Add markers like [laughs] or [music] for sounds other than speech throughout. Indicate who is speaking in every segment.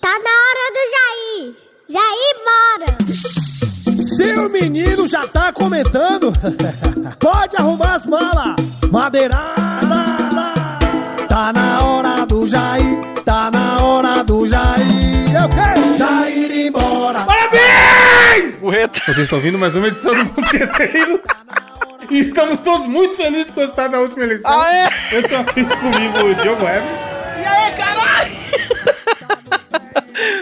Speaker 1: Tá Jair Mora.
Speaker 2: Se o menino já tá comentando, [laughs] pode arrumar as malas. Madeirada, tá na hora do Jair, tá na hora do Jair. Eu quero Jair ir embora.
Speaker 3: Burreta.
Speaker 4: Vocês estão ouvindo mais uma edição do Mosqueteiro. E estamos todos muito felizes com o resultado da última eleição.
Speaker 3: Aê!
Speaker 4: Eu tô aqui comigo o Diogo Web.
Speaker 3: Ah, é? E aí, caralho?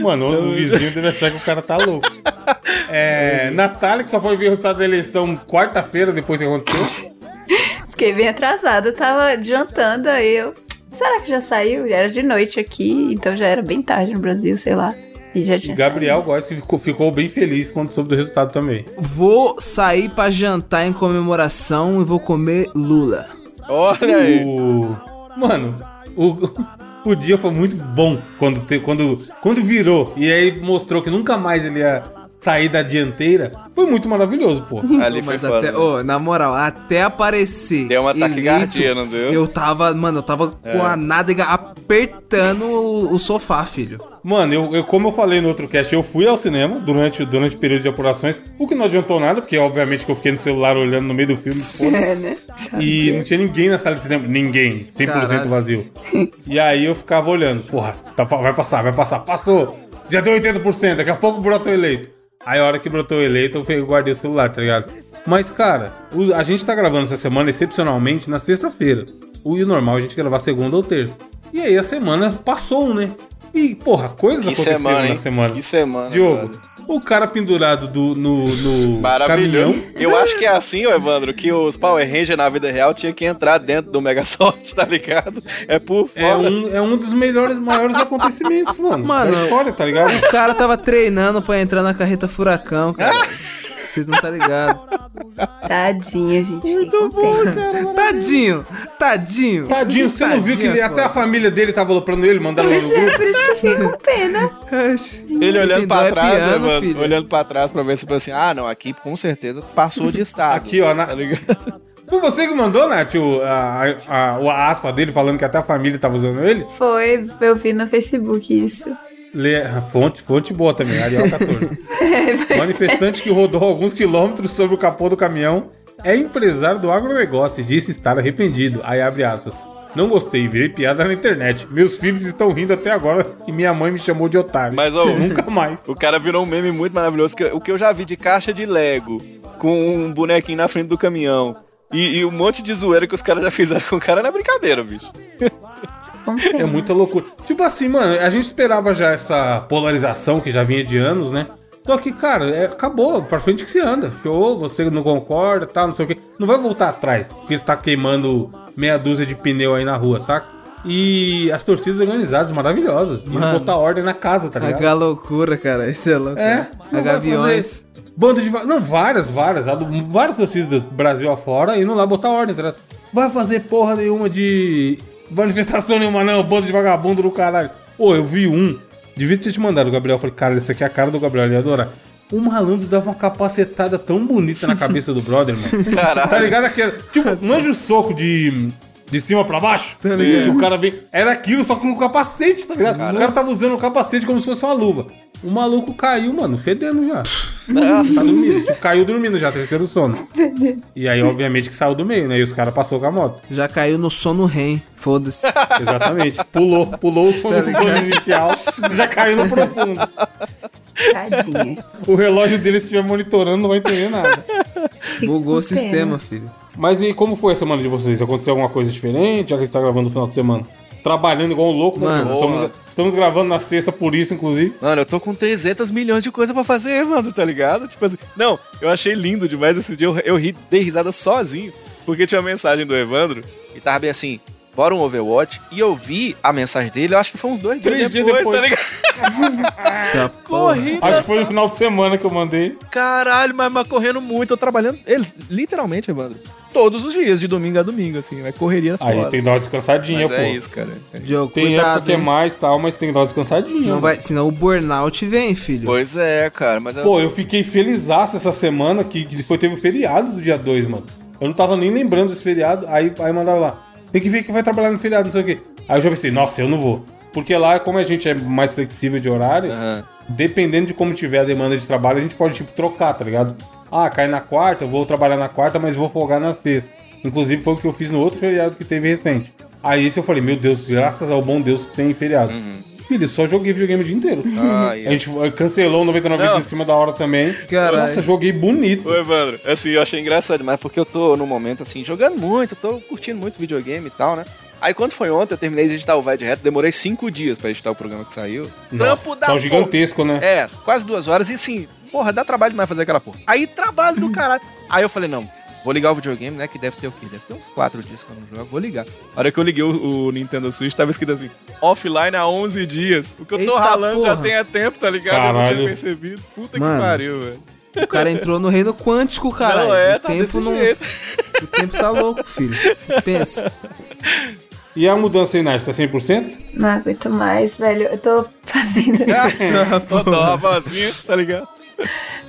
Speaker 4: Mano, o vizinho deve achar que o cara tá louco. É, Natália, que só foi ver o resultado da eleição quarta-feira depois que aconteceu.
Speaker 5: Fiquei bem atrasada, tava jantando, aí eu. Será que já saiu? E Era de noite aqui, então já era bem tarde no Brasil, sei lá. E já
Speaker 4: O
Speaker 5: tinha.
Speaker 4: Gabriel Góes ficou, ficou bem feliz quando soube do resultado também.
Speaker 6: Vou sair pra jantar em comemoração e vou comer Lula.
Speaker 3: Olha aí.
Speaker 4: O... Mano, o, [laughs] o dia foi muito bom quando, te- quando, quando virou. E aí mostrou que nunca mais ele ia sair da dianteira. Foi muito maravilhoso, pô.
Speaker 3: Ali foi
Speaker 6: Mas
Speaker 3: foda. né?
Speaker 6: até, ô, na moral, até aparecer.
Speaker 3: Deu um uma
Speaker 6: eleito,
Speaker 3: taquicardia, não deu?
Speaker 6: Eu tava, mano, eu tava
Speaker 3: É.
Speaker 6: com a nádega apertando o, o sofá, filho.
Speaker 4: Mano, eu, eu- como eu falei no outro cast, eu fui ao cinema durante, durante o período de apurações, o que não adiantou nada, porque obviamente que eu fiquei no celular olhando no meio do filme. foda-se.
Speaker 5: É, né?
Speaker 4: E não tinha ninguém na sala de cinema. Ninguém. 100%
Speaker 6: Caralho.
Speaker 4: vazio. E aí eu ficava olhando. Porra, tá, vai passar, vai passar. Passou. Já deu 80%. Daqui a pouco brotou eleito. Aí a hora que brotou eleito, eu fui- eu guardei o celular, tá ligado? Mas, cara, o- a gente tá gravando essa semana excepcionalmente na sexta-feira. O e o normal é a gente gravar segunda ou terça. E aí a semana passou, né? E, porra, coisas
Speaker 3: Que
Speaker 4: aconteceram
Speaker 3: semana, hein?
Speaker 4: na semana.
Speaker 3: Que semana.
Speaker 4: Diogo,
Speaker 3: mano.
Speaker 4: o cara pendurado do, no, no
Speaker 3: Maravilhoso.
Speaker 4: caminhão.
Speaker 3: Eu acho que é assim, ó, Evandro, que os Power Rangers na vida real tinha que entrar dentro do Mega Sort, [laughs] tá ligado? É por fora.
Speaker 4: É um, é um dos melhores, maiores acontecimentos, mano.
Speaker 6: Mano,
Speaker 4: da história, tá
Speaker 6: [laughs]
Speaker 4: ligado?
Speaker 6: O cara tava treinando pra entrar na carreta furacão,
Speaker 3: [laughs]
Speaker 6: cara. Vocês não tá ligado.
Speaker 5: Tadinha, gente. Muito
Speaker 6: Tadinho, tadinho.
Speaker 4: Tadinho, você não viu que
Speaker 6: Tadinho,
Speaker 4: ele- até a
Speaker 6: pô.
Speaker 4: família dele tava aloprando ele, mandando ele no
Speaker 5: Pois é,
Speaker 4: grupo?
Speaker 5: por isso que eu fiquei com pena.
Speaker 3: Ele olhando
Speaker 6: Quem dói
Speaker 3: pra
Speaker 6: é
Speaker 3: trás,
Speaker 6: piano,
Speaker 3: Evandro,
Speaker 6: filho.
Speaker 3: olhando pra trás pra ver se, tipo assim, ah, não, aqui com certeza passou de estado.
Speaker 4: Aqui, ó, na-
Speaker 3: Tá
Speaker 4: [laughs]
Speaker 3: ligado?
Speaker 4: Foi você que mandou, Nath, o, a, a, a- o- a aspa dele falando que até a família tava usando ele?
Speaker 5: Foi, eu vi no Facebook isso.
Speaker 4: Lê, a fonte, fonte boa também, Arial 14.
Speaker 5: [laughs]
Speaker 4: [laughs] Manifestante que rodou alguns quilômetros sobre o capô do caminhão é empresário do agronegócio e disse estar arrependido. Aí abre aspas. Não gostei, virei piada na internet. Meus filhos estão rindo até agora e minha mãe me chamou de otário.
Speaker 3: Mas, ô,
Speaker 4: nunca mais.
Speaker 3: O cara virou um meme muito maravilhoso. que- é o que eu já vi de caixa de Lego com um bonequinho na frente do caminhão. E, e um monte de zoeira que os caras já fizeram com o cara não é brincadeira, bicho.
Speaker 5: Com pena.
Speaker 4: É
Speaker 6: Uhum.
Speaker 4: muita loucura. Tipo assim, mano, a gente esperava já essa polarização que já vinha de anos, né? Só que, cara, é- acabou, pra frente que se anda. Show, você não concorda, tal, não sei o quê. Não vai voltar atrás, porque você tá queimando meia dúzia de pneu aí na rua, saca? E as torcidas organizadas, maravilhosas. E
Speaker 6: Mano.
Speaker 4: botar ordem na casa, tá ligado?
Speaker 6: A loucura, cara. Esse é louco.
Speaker 4: É,
Speaker 6: A
Speaker 4: não vai
Speaker 6: Gaviões.
Speaker 4: fazer Bando de. va- Não, várias, várias. há do- Várias torcidas do Brasil afora indo lá botar ordem, tá ligado? Vai fazer porra nenhuma de. Manifestação nenhuma, não. Bando de vagabundo do caralho. Pô, eu vi um. Devia ter te mandado, o Gabriel. Eu falei, cara, isso aqui é a cara do Gabriel, ele ia adorar. O malandro dava uma capacetada tão bonita na cabeça do brother, mano. Tá
Speaker 3: Caralho.
Speaker 4: ligado? Aquela, tipo, manja o soco de. De cima pra baixo? Tá ligado? O cara vem. Era aquilo, só com o capacete, tá ligado? O cara tava usando o capacete como se fosse uma luva. O maluco caiu, mano, fedendo [laughs] já. Tá dormindo. Tipo, caiu dormindo já, terceiro sono. E aí, obviamente, que saiu do meio, né? E os caras passou com a moto.
Speaker 6: Já caiu no sono REM.
Speaker 5: [laughs]
Speaker 6: Foda-se.
Speaker 4: Exatamente. Pulou, pulou o sono,
Speaker 6: Tá
Speaker 4: o sono inicial, já caiu no profundo.
Speaker 5: Tadinha.
Speaker 4: O relógio dele, se estiver monitorando, não vai entender nada.
Speaker 5: Fiquei
Speaker 6: Bugou o
Speaker 5: com pena.
Speaker 6: sistema, filho.
Speaker 4: Mas e como foi a semana de vocês? Aconteceu alguma coisa diferente? Já que a gente tá gravando no final de semana? Trabalhando igual um louco, né?
Speaker 6: Mano.
Speaker 4: estamos, estamos gravando na sexta por isso, inclusive.
Speaker 3: Mano, eu tô com 300 milhões de coisa pra fazer, mano, tá ligado? Tipo assim, não, eu achei lindo demais esse dia, eu, eu ri, dei risada sozinho, porque tinha uma mensagem do Evandro, e tava bem assim, bora um Overwatch, e eu vi a mensagem dele, eu acho que foi uns dois dias
Speaker 4: Três dias
Speaker 3: depois,
Speaker 4: depois.
Speaker 3: tá ligado?
Speaker 5: Ah,
Speaker 6: Tá, porra.
Speaker 3: Corrida,
Speaker 4: Acho que foi um no final de semana que eu mandei.
Speaker 3: caralho, mas, mas correndo muito, eu trabalhando, eles, literalmente, Evandro, todos os dias, de domingo a domingo, assim, né, correria
Speaker 4: Aí
Speaker 3: foda.
Speaker 4: tem que dar uma descansadinha,
Speaker 3: Mas
Speaker 4: pô.
Speaker 3: é isso, cara. É.
Speaker 6: Diogo,
Speaker 4: Tem época
Speaker 6: cuidado,
Speaker 4: que é
Speaker 6: hein?
Speaker 4: mais tal, mas tem que dar uma descansadinha.
Speaker 6: Senão, vai, senão o burnout vem, filho.
Speaker 3: Pois é, cara, mas...
Speaker 4: Pô, eu fiquei felizaço essa semana que, que foi, teve o feriado do dia 2, mano. Eu não tava nem lembrando desse feriado, aí, aí mandaram lá. Tem que ver que vai trabalhar no feriado, não sei o quê. Aí eu já pensei, nossa, eu não vou. Porque lá, como a gente é mais flexível de horário,
Speaker 3: Aham.
Speaker 4: dependendo de como tiver a demanda de trabalho, a gente pode, tipo, trocar, tá ligado? Ah, cai na quarta, eu vou trabalhar na quarta, mas vou folgar na sexta. Inclusive, foi o que eu fiz no outro feriado que teve recente. Aí esse eu falei, meu Deus, graças ao bom Deus que tem feriado. Filho, só joguei videogame o dia inteiro.
Speaker 3: Hum. uhum. Ah,
Speaker 4: A gente eh, cancelou o 99
Speaker 3: Não.
Speaker 4: em cima da hora também.
Speaker 6: Caralho.
Speaker 3: é
Speaker 4: Nossa, joguei bonito.
Speaker 3: Ô, Evandro, assim, eu achei engraçado, mas porque eu tô no momento, assim, jogando muito, tô curtindo muito videogame e tal, né? Aí quando foi ontem, eu terminei de editar o Vai de Reto, demorei cinco dias pra editar o programa que saiu. Trampo da
Speaker 4: Só
Speaker 3: porra.
Speaker 4: gigantesco, né?
Speaker 3: É, quase duas horas, e assim, porra, dá trabalho demais fazer aquela porra. Aí trabalho do caralho. Aí eu falei, não, vou ligar o videogame, né? Que deve ter o quê? Deve ter uns quatro dias que eu não jogo, vou ligar. A hora que eu liguei o, o Nintendo Switch, tava escrito assim, offline há 11 dias. O que eu tô
Speaker 6: Eita
Speaker 3: ralando já
Speaker 6: porra.
Speaker 3: tem há tempo, tá ligado? Eu não
Speaker 4: Caralho.
Speaker 3: tinha percebido. Puta
Speaker 6: Mano.
Speaker 3: que pariu, velho.
Speaker 6: O cara entrou no reino quântico, caralho.
Speaker 3: Não é,
Speaker 6: o
Speaker 3: tá
Speaker 6: tempo
Speaker 3: desse
Speaker 6: não.
Speaker 3: jeito.
Speaker 6: O tempo tá louco, filho. Pensa.
Speaker 4: E a mudança aí, Nath, tá 100%?
Speaker 5: Não aguento mais, velho. Eu tô
Speaker 4: [laughs]
Speaker 5: fazendo.
Speaker 3: Botar uma vozinha, tá ligado?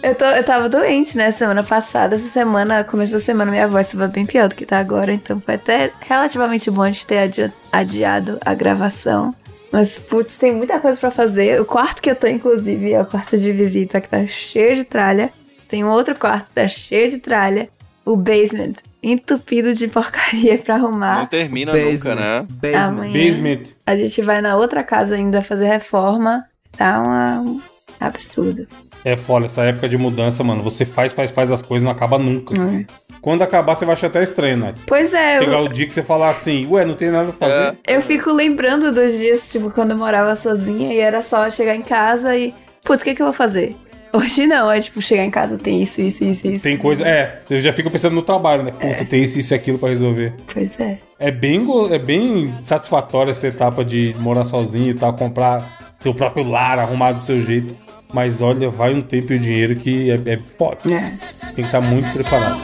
Speaker 5: Eu, tô, eu tava doente, né? Semana passada, essa semana, começo da semana, minha voz tava bem pior do que tá agora, então foi até relativamente bom de ter adia- adiado a gravação. Mas, putz, tem muita coisa pra fazer. O quarto que eu tô, inclusive, é o quarto de visita, que tá cheio de tralha. Tem um outro quarto que tá cheio de tralha. O basement, entupido de [laughs] porcaria pra
Speaker 3: [laughs] Não
Speaker 5: arrumar.
Speaker 3: termina
Speaker 6: Basement.
Speaker 3: nunca, né?
Speaker 6: Basement.
Speaker 5: Amanhã
Speaker 4: Basement.
Speaker 5: a gente vai na outra casa ainda fazer reforma. Tá uma- um absurdo.
Speaker 4: É foda essa época de mudança, mano. Você faz, faz, faz as coisas, não acaba nunca.
Speaker 3: É.
Speaker 5: Hum.
Speaker 4: Quando acabar, você vai achar até estranho, Nath.
Speaker 5: Pois é, eu-
Speaker 4: Chegar o dia que você falar assim, ué, não tem nada pra
Speaker 3: É.
Speaker 4: fazer.
Speaker 5: Eu fico lembrando dos dias, tipo, quando eu morava sozinha e era só chegar em casa e. Putz, o que, que eu vou fazer? Hoje não, é tipo, chegar em casa tem isso, isso, isso, isso.
Speaker 4: Tem coisa. É, você já fica pensando no trabalho, né?
Speaker 3: É.
Speaker 4: Puta, tem isso, isso e aquilo pra resolver.
Speaker 5: Pois é.
Speaker 4: É bem, go- é bem satisfatória essa etapa de morar sozinho e tal, comprar seu próprio lar, arrumar do seu jeito. Mas olha, vai um tempo e o dinheiro que é, é foda.
Speaker 5: É.
Speaker 4: Tem que estar muito preparado.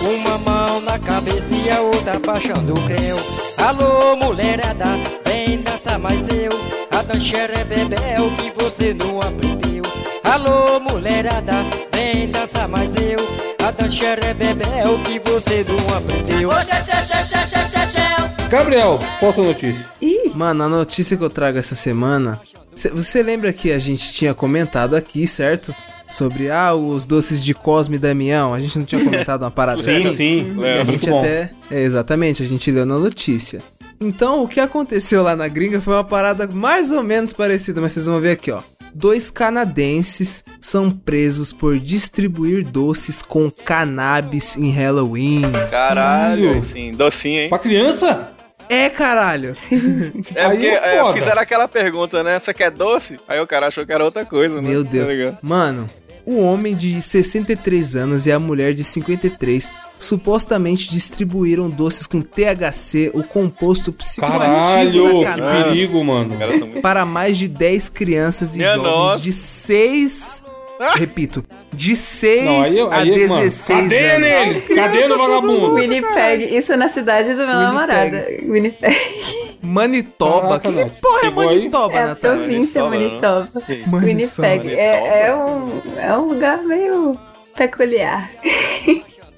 Speaker 1: Uma mão na cabeça e a outra baixando o creu. Alô, mulherada, vem dançar mais eu. A dançar é bebel que você não aprendeu. Alô, mulherada, vem dançar mais eu. A dançar é bebel que você não aprendeu.
Speaker 4: Gabriel, qual a sua notícia?
Speaker 5: Ih,
Speaker 6: Mano, a notícia que eu trago essa semana. cê- Você lembra que a gente tinha comentado aqui, certo? Sobre ah, os doces de Cosme e Damião. A gente não tinha comentado uma parada
Speaker 4: Sim,
Speaker 6: assim?
Speaker 4: sim.
Speaker 6: E
Speaker 4: É
Speaker 6: a
Speaker 4: muito
Speaker 6: gente
Speaker 4: bom.
Speaker 6: até. É, exatamente, a gente leu na notícia. Então, o que aconteceu lá na gringa foi uma parada mais ou menos parecida, mas vocês vão ver aqui, ó. Dois canadenses são presos por distribuir doces com cannabis em Halloween.
Speaker 3: Caralho, sim, docinho, hein?
Speaker 4: Pra criança?
Speaker 6: É, caralho!
Speaker 3: É
Speaker 4: Aí
Speaker 3: porque
Speaker 4: é
Speaker 3: é,
Speaker 4: foda.
Speaker 3: fizeram aquela pergunta, né? Você quer doce? Aí o cara achou que era outra coisa, né?
Speaker 6: Meu
Speaker 3: Tá
Speaker 6: Deus.
Speaker 3: ligado?
Speaker 6: Mano, o homem de 63 anos e a mulher de 53 supostamente distribuíram doces com THC, o composto
Speaker 4: Caralho,
Speaker 6: psicoativo da
Speaker 4: que
Speaker 6: cannabis.
Speaker 4: perigo, mano.
Speaker 3: Os caras são muito.
Speaker 6: para mais de 10 crianças e
Speaker 3: Minha
Speaker 6: jovens
Speaker 3: nossa. Ah!
Speaker 6: de 6, repito, de 6
Speaker 4: Não, aí, é
Speaker 6: a
Speaker 4: aí mano,
Speaker 6: 16
Speaker 4: cadê
Speaker 6: anos.
Speaker 4: neles? Cadê no vagabundo?
Speaker 5: Winnipeg, isso é na cidade do meu
Speaker 6: Winnipeg.
Speaker 5: namorado. Winnipeg.
Speaker 6: Manitoba.
Speaker 4: Caraca,
Speaker 6: que
Speaker 4: Nath.
Speaker 6: porra é
Speaker 4: Chegou aí?
Speaker 6: Manitoba,
Speaker 5: É a
Speaker 6: Natália?
Speaker 5: província
Speaker 3: Manitoba,
Speaker 5: Manitoba.
Speaker 3: Que isso?
Speaker 6: Manitoba.
Speaker 5: Winnipeg. É, é, um, é um lugar meio peculiar.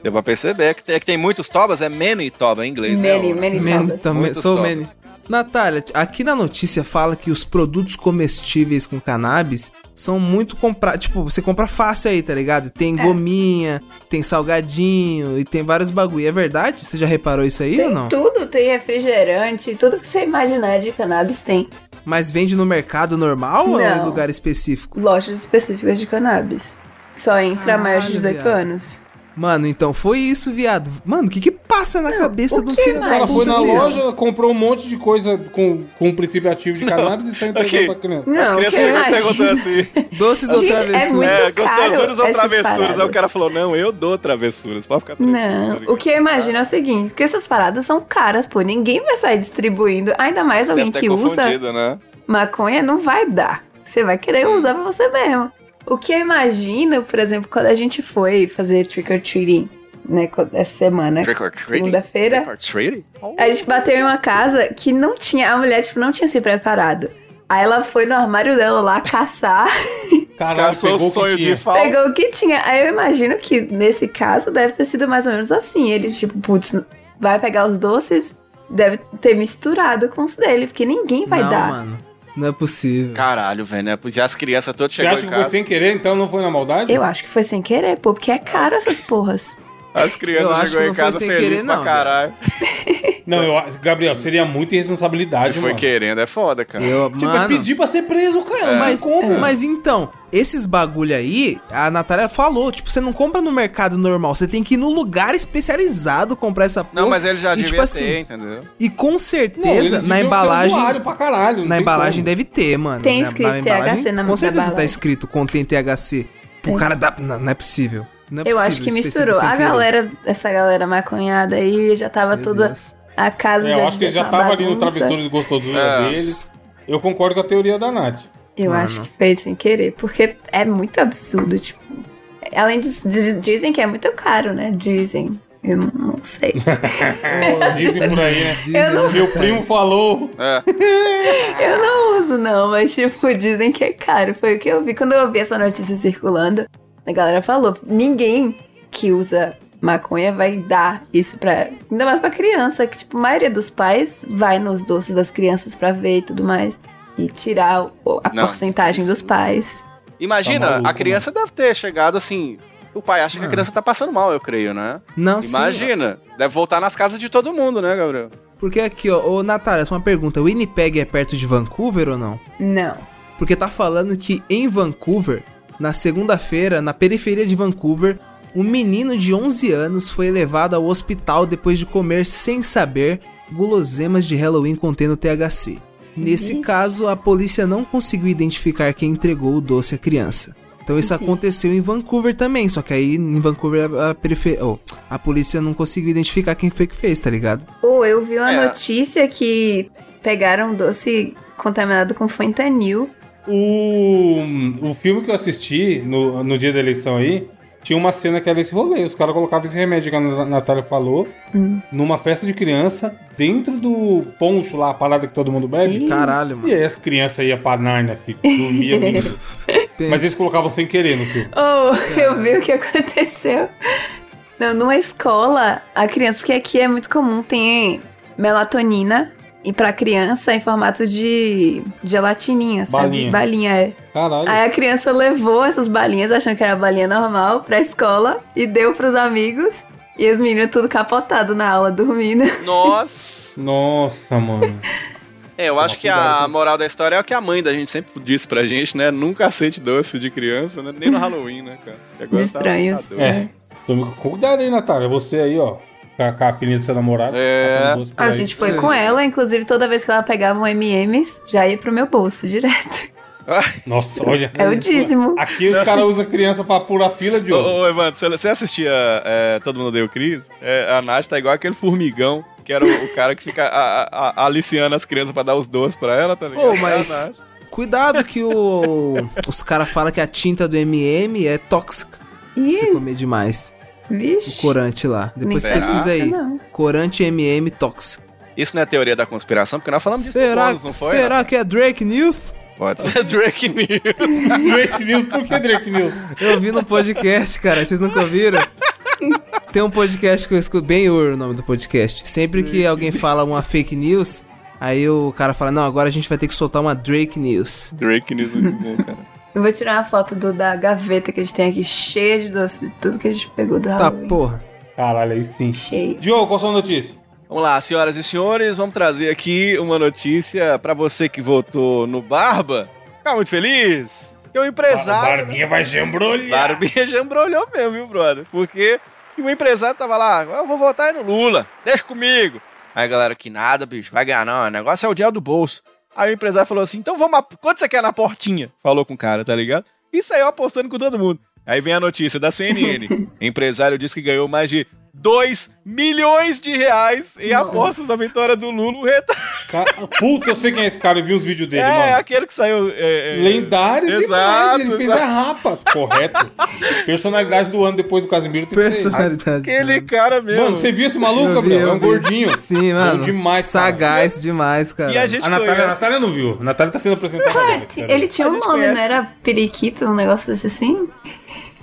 Speaker 3: Deu pra perceber é que tem, que tem muitos tobas, é many toba em inglês,
Speaker 5: Many,
Speaker 3: né?
Speaker 5: many
Speaker 6: Man,
Speaker 5: Manitoba.
Speaker 6: também,
Speaker 3: Muitos
Speaker 6: sou
Speaker 3: tops.
Speaker 6: Manny. Natália, aqui na notícia fala que os produtos comestíveis com cannabis são muito comprar, tipo, você compra fácil aí, tá ligado?
Speaker 5: É.
Speaker 6: Tem gominha, tem salgadinho e tem vários bagulho. É verdade? Você já reparou isso aí ou não?
Speaker 5: Tem tudo, tem refrigerante, tudo que você imaginar de cannabis tem.
Speaker 6: Mas vende no mercado normal ou é
Speaker 5: Não.
Speaker 6: em lugar específico?
Speaker 5: Lojas específicas de cannabis. Só entra maior de
Speaker 6: Caralho,
Speaker 5: 18
Speaker 6: viado.
Speaker 5: anos.
Speaker 6: Mano, então foi isso, viado. Mano, o que que passa na cabeça
Speaker 5: o
Speaker 6: do
Speaker 5: que
Speaker 6: filho da
Speaker 5: mais?
Speaker 4: Ela
Speaker 6: puta
Speaker 4: foi na
Speaker 6: desse?
Speaker 4: loja, comprou um monte de coisa com, com um princípio
Speaker 3: [laughs]
Speaker 4: ativo de cannabis e saiu entregando
Speaker 3: Ok.
Speaker 4: pra criança.
Speaker 5: Não,
Speaker 3: As
Speaker 5: o
Speaker 3: crianças
Speaker 5: que
Speaker 3: ficam
Speaker 5: mais? [laughs]
Speaker 3: perguntando assim.
Speaker 6: Doces né? ou
Speaker 5: Gente, é
Speaker 6: travessuras?
Speaker 5: muito
Speaker 3: É,
Speaker 5: caro
Speaker 3: gostosuras ou
Speaker 5: essas
Speaker 3: travessuras? Aí o
Speaker 5: paradas.
Speaker 3: cara falou: não, eu dou travessuras, pode ficar tranquilo. tá
Speaker 5: Não,
Speaker 3: ligado?
Speaker 5: o que eu imagino é o seguinte, que essas paradas são caras, pô, ninguém vai sair distribuindo, ainda mais
Speaker 3: Ah, Deve
Speaker 5: alguém
Speaker 3: ter
Speaker 5: que usa
Speaker 3: confundido, né?
Speaker 5: maconha não vai dar. Você vai querer usar pra você mesmo. O que eu imagino, por exemplo, quando a gente foi fazer trick or treating, né, quando- essa semana,
Speaker 3: Trick or treating?
Speaker 5: segunda-feira,
Speaker 3: Trick or treating?
Speaker 5: a gente bateu em uma casa que não tinha, a mulher, tipo, não tinha se preparado. Aí ela foi no armário dela lá caçar
Speaker 4: Caralho,
Speaker 3: Caçou o
Speaker 4: pegou o que
Speaker 3: sonho
Speaker 4: tinha.
Speaker 3: de falso.
Speaker 5: Pegou o que tinha. Aí eu imagino que nesse caso deve ter sido mais ou menos assim. Ele, tipo, putz, vai pegar os doces, deve ter misturado com os dele, porque ninguém vai
Speaker 6: Não,
Speaker 5: dar.
Speaker 6: mano. Não é possível.
Speaker 3: Caralho, velho, né? Já as crianças todas
Speaker 4: Você
Speaker 3: chegou
Speaker 4: acha
Speaker 3: em
Speaker 4: que foi
Speaker 3: casa.
Speaker 4: sem querer, então não foi na maldade?
Speaker 5: Eu acho que foi sem querer, pô, porque é caro essas porras.
Speaker 3: As
Speaker 6: Eu acho
Speaker 3: crianças
Speaker 6: que
Speaker 3: chegou em
Speaker 6: não foi
Speaker 3: casa
Speaker 6: sem
Speaker 3: felizes
Speaker 6: querer,
Speaker 3: pra
Speaker 6: não,
Speaker 3: caralho.
Speaker 4: Não, eu acho- Gabriel, seria muita irresponsabilidade,
Speaker 3: Se foi
Speaker 4: mano.
Speaker 3: querendo, é foda, cara.
Speaker 6: Tá Eu,
Speaker 4: Tipo, é
Speaker 6: mano,
Speaker 4: pedir pra ser preso, cara.
Speaker 3: é.
Speaker 4: não
Speaker 6: mas,
Speaker 4: tem
Speaker 5: é.
Speaker 4: como?
Speaker 6: mas então, esses bagulho aí, a Natália falou, tipo, você não compra no mercado normal, você tem que ir num lugar especializado comprar essa porra.
Speaker 3: Não, mas ele já
Speaker 6: e,
Speaker 3: devia
Speaker 6: tipo assim,
Speaker 3: ter, entendeu?
Speaker 6: E com
Speaker 4: Não, eles
Speaker 6: certeza,
Speaker 4: deviam
Speaker 6: na
Speaker 4: ser
Speaker 6: embalagem.
Speaker 4: usuário pra caralho, não
Speaker 6: Na
Speaker 4: tem
Speaker 6: embalagem
Speaker 4: como.
Speaker 6: deve ter, mano. né?
Speaker 5: Tem
Speaker 6: Na-
Speaker 5: escrito
Speaker 6: na embalagem,
Speaker 5: THC na-
Speaker 6: Com
Speaker 5: na
Speaker 6: certeza tá
Speaker 5: embalagem.
Speaker 6: escrito contém THC. Pro
Speaker 5: Tem.
Speaker 6: cara dá. Não, não é possível. Não é
Speaker 5: Eu
Speaker 6: possível
Speaker 5: acho que
Speaker 6: isso ter sido
Speaker 5: misturou.
Speaker 6: sem
Speaker 5: A
Speaker 6: querer.
Speaker 5: galera, essa galera maconhada aí, já tava
Speaker 6: Meu
Speaker 5: toda.
Speaker 6: Deus.
Speaker 5: A casa
Speaker 4: É,
Speaker 5: já
Speaker 4: eu acho que ele
Speaker 5: devia
Speaker 4: já
Speaker 5: tá uma
Speaker 4: tava ali no
Speaker 5: bagunça.
Speaker 4: Travessuras Gostosos
Speaker 3: É.
Speaker 4: deles. Eu concordo com a teoria da Nath.
Speaker 5: Eu
Speaker 6: Mano.
Speaker 5: acho que fez sem querer, porque é muito absurdo, tipo. Além disso, di- dizem que é muito caro, né? Dizem. Eu não, não sei.
Speaker 4: Dizem por aí,
Speaker 6: [laughs]
Speaker 4: né?
Speaker 6: Dizem, né,
Speaker 4: Meu
Speaker 6: cara?
Speaker 4: primo falou.
Speaker 3: É.
Speaker 5: Eu não uso, não, mas tipo, [laughs] dizem que é caro. Foi o que eu vi quando eu vi essa notícia circulando. A galera falou: ninguém que usa maconha vai dar isso pra. Ainda mais pra criança, que, tipo, a maioria dos pais vai nos doces das crianças pra ver e tudo mais. E tirar o- a
Speaker 3: Não,
Speaker 5: porcentagem
Speaker 3: isso-
Speaker 5: dos pais.
Speaker 3: Imagina,
Speaker 4: Tá maluco,
Speaker 3: a criança deve ter chegado assim. O pai acha
Speaker 6: Ah.
Speaker 3: que a criança tá passando mal, eu creio, né?
Speaker 6: Não, Ah, sim,
Speaker 3: Imagina. Deve voltar nas casas de todo mundo, né, Gabriel?
Speaker 6: Porque aqui, ó, ô Natália, só uma pergunta: Winnipeg é perto de Vancouver ou não?
Speaker 5: Não.
Speaker 6: Porque tá falando que em Vancouver, na segunda-feira, na periferia de Vancouver, um menino de 11 anos foi levado ao hospital depois de comer, sem saber, guloseimas de Halloween contendo THC. Nesse
Speaker 5: Ixi.
Speaker 6: caso, a polícia não conseguiu identificar quem entregou o doce à criança. Então isso
Speaker 5: Ok.
Speaker 6: aconteceu em Vancouver também, só que aí em Vancouver a, a perife- oh, a polícia não conseguiu identificar quem foi que fez, tá ligado?
Speaker 5: Ou eu vi uma
Speaker 3: É.
Speaker 5: notícia que pegaram doce contaminado com fentanil.
Speaker 4: O, o filme que eu assisti no, no dia da eleição aí, tinha uma cena que era esse rolê. Os caras colocavam esse remédio que a Na- Natália falou
Speaker 5: Hum.
Speaker 4: numa festa de criança, dentro do poncho lá, a parada que todo mundo bebe.
Speaker 5: Ih.
Speaker 6: Caralho,
Speaker 4: E aí as crianças iam pra Narnia, filho.
Speaker 5: [laughs]
Speaker 4: Dormia, menino. Mas eles colocavam sem querer no filme.
Speaker 5: Oh, [laughs] eu vi o que aconteceu. Não, numa escola, a criança, porque aqui é muito comum, tem melatonina. E pra criança é em formato de gelatininha, sabe?
Speaker 4: Balinha.
Speaker 5: Balinha, é.
Speaker 4: Caralho.
Speaker 5: Aí a criança levou essas balinhas, achando que era balinha normal, pra escola e deu pros amigos. E as meninas tudo capotado na aula, dormindo.
Speaker 6: [laughs]
Speaker 5: é?
Speaker 3: Nossa.
Speaker 5: [laughs]
Speaker 4: Nossa, mano.
Speaker 3: É, eu acho que a
Speaker 4: cuidado.
Speaker 3: moral da história é o que a mãe da gente sempre disse pra gente, né? Nunca aceite doce de criança, né? Nem no Halloween, né, cara? E agora
Speaker 5: De estranhos.
Speaker 3: Tá, tá doido.
Speaker 4: É. Tome cuidado aí, Natália. Você aí, ó. Com a, com a filhinha do seu namorado.
Speaker 3: É.
Speaker 4: tá com doce por
Speaker 5: A
Speaker 4: aí.
Speaker 5: gente foi
Speaker 6: Sim.
Speaker 5: com ela, inclusive toda vez que ela pegava um MMs, já ia pro meu bolso direto.
Speaker 4: Nossa, olha.
Speaker 5: É o dízimo.
Speaker 4: Aqui os caras usam criança pra pura fila de
Speaker 3: Ô,
Speaker 4: ouro.
Speaker 3: ô, Evandro, você- você assistia é, Todo Mundo Odeia o Cris? É, a Nath tá igual aquele formigão, que era o, o cara que fica a- a- a- aliciando as crianças pra dar os doces pra ela, tá ligado?
Speaker 6: Ô, mas-
Speaker 3: É a Nath.
Speaker 6: Cuidado que
Speaker 3: [laughs]
Speaker 6: o- os caras falam que a tinta do MM é tóxica se você
Speaker 5: Ih,
Speaker 6: comer demais. O
Speaker 5: vixe.
Speaker 6: corante lá. Depois
Speaker 5: Ninguém
Speaker 6: pesquisa
Speaker 5: pensa,
Speaker 6: aí.
Speaker 5: não.
Speaker 6: Corante MM tóxico.
Speaker 3: Isso não é teoria da conspiração, porque nós falamos disso no
Speaker 6: Será,
Speaker 3: bônus, não foi?
Speaker 6: será que é Drake News?
Speaker 3: Nath? Pode ser [laughs] Drake News.
Speaker 4: Drake News, por que Drake News?
Speaker 6: Eu vi no podcast, cara. Vocês
Speaker 5: [laughs]
Speaker 6: nunca ouviram? Tem um podcast que eu escuto, bem Ur, o nome do podcast. Sempre que alguém fala uma fake news, aí o cara fala, não, agora a gente vai ter que soltar uma Drake News.
Speaker 3: Drake News é muito bom, cara.
Speaker 5: Eu vou tirar uma foto do, da gaveta que a gente tem aqui, cheia de doce, de tudo que a gente pegou do
Speaker 6: Tá,
Speaker 5: Halloween.
Speaker 6: porra.
Speaker 4: Caralho, aí sim.
Speaker 5: Cheia.
Speaker 4: Diogo, qual a sua notícia?
Speaker 3: Vamos lá, senhoras e senhores, vamos trazer aqui uma notícia pra você que votou no Barba. Fica muito feliz. Que o empresário...
Speaker 4: Barbinha vai jambrolhar.
Speaker 3: Barbinha já embrulhou mesmo, viu, brother? Porque o empresário tava lá, eu vou votar aí no Lula, deixa comigo. Aí a galera, que nada, bicho, vai ganhar não, o negócio é o dinheiro do bolso. Aí o empresário falou assim, então vamos, ap- quanto você quer na portinha? Falou com o cara, tá ligado? E saiu apostando com todo mundo. Aí vem a notícia da CNN.
Speaker 4: [laughs]
Speaker 3: empresário diz que ganhou mais de 2 milhões de reais em
Speaker 5: Nossa.
Speaker 3: apostas da vitória do Lula. O reta-
Speaker 4: Ca- Puta, eu sei quem é esse cara, eu vi os vídeos dele,
Speaker 3: é,
Speaker 4: mano.
Speaker 3: aquele que saiu... é, é,
Speaker 4: Lendário demais,
Speaker 3: Exato,
Speaker 4: ele fez a rapa. Correto. Personalidade do ano depois do Casimiro. tem que ser ele.
Speaker 6: Personalidade.
Speaker 3: Aquele cara mesmo.
Speaker 4: Mano, você viu esse maluco,
Speaker 6: Eu vi,
Speaker 4: Gabriel? É
Speaker 6: eu
Speaker 4: um
Speaker 6: vi.
Speaker 4: gordinho.
Speaker 6: Sim,
Speaker 4: Bom
Speaker 6: mano.
Speaker 4: demais, cara.
Speaker 6: Sagaz demais, cara.
Speaker 3: E a gente
Speaker 4: A Natália, a
Speaker 3: conhece-
Speaker 4: Natália não viu. A Natália tá sendo apresentada agora. sério.
Speaker 5: Ele tinha
Speaker 3: A
Speaker 5: um
Speaker 3: gente
Speaker 5: nome,
Speaker 3: conhece.
Speaker 5: não era periquito, um negócio desse assim? [laughs]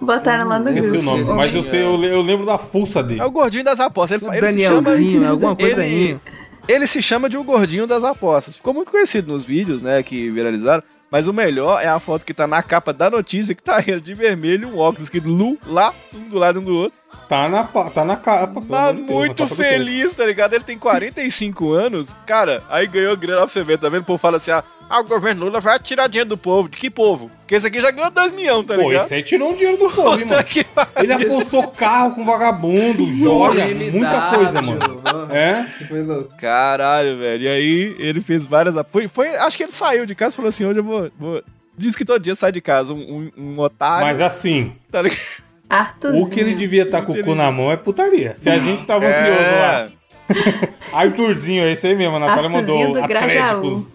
Speaker 5: Botaram lá no
Speaker 4: Esqueci
Speaker 5: grupo.
Speaker 4: o nome,
Speaker 6: sei.
Speaker 4: mas eu, sei, eu, le- eu lembro da fuça dele.
Speaker 3: É o gordinho das apostas. Ele, fa- ele se chama-
Speaker 6: Danielzinho, alguma coisa
Speaker 3: Ele-
Speaker 6: aí.
Speaker 3: Ele se chama de o gordinho das apostas. Ficou muito conhecido nos vídeos, né, que viralizaram. Mas o melhor é a foto que tá na capa da notícia, que tá ele de vermelho, um óculos que Lu lá, um do lado um do outro.
Speaker 4: Tá na, pa- tá na capa. pelo
Speaker 3: Tá
Speaker 4: amor de Deus, na
Speaker 3: muito
Speaker 4: capa do texto.
Speaker 3: feliz, tá ligado? Ele tem 45 anos, cara, aí ganhou grana pra você ver, tá vendo? O povo fala assim, ah, ah, o governo Lula vai tirar dinheiro do povo. De que povo? Porque esse aqui já ganhou 2 milhões, tá
Speaker 4: Pô,
Speaker 3: ligado?
Speaker 4: esse aí tirou um dinheiro do povo, hein,
Speaker 3: [laughs] Puta
Speaker 4: mano.
Speaker 3: que pariu.
Speaker 4: Ele apontou carro com [laughs] vagabundo, joia, muita coisa, mano. É?
Speaker 6: Foi louco.
Speaker 3: Caralho, velho. E aí ele fez várias. ap- Foi, foi, acho que ele saiu de casa e falou assim: hoje eu vou. vou- Diz que todo dia sai de casa um, um, um otário.
Speaker 4: Mas assim,
Speaker 3: tá ligado?
Speaker 4: [laughs]
Speaker 5: Arthurzinho.
Speaker 4: o que ele devia estar com o cu na mão é putaria. Se a gente
Speaker 3: É,
Speaker 4: tava ansioso lá. Arthurzinho, é esse aí mesmo, a Natália
Speaker 5: Arthurzinho
Speaker 4: mandou
Speaker 5: do Grajaú.
Speaker 4: Atléticos.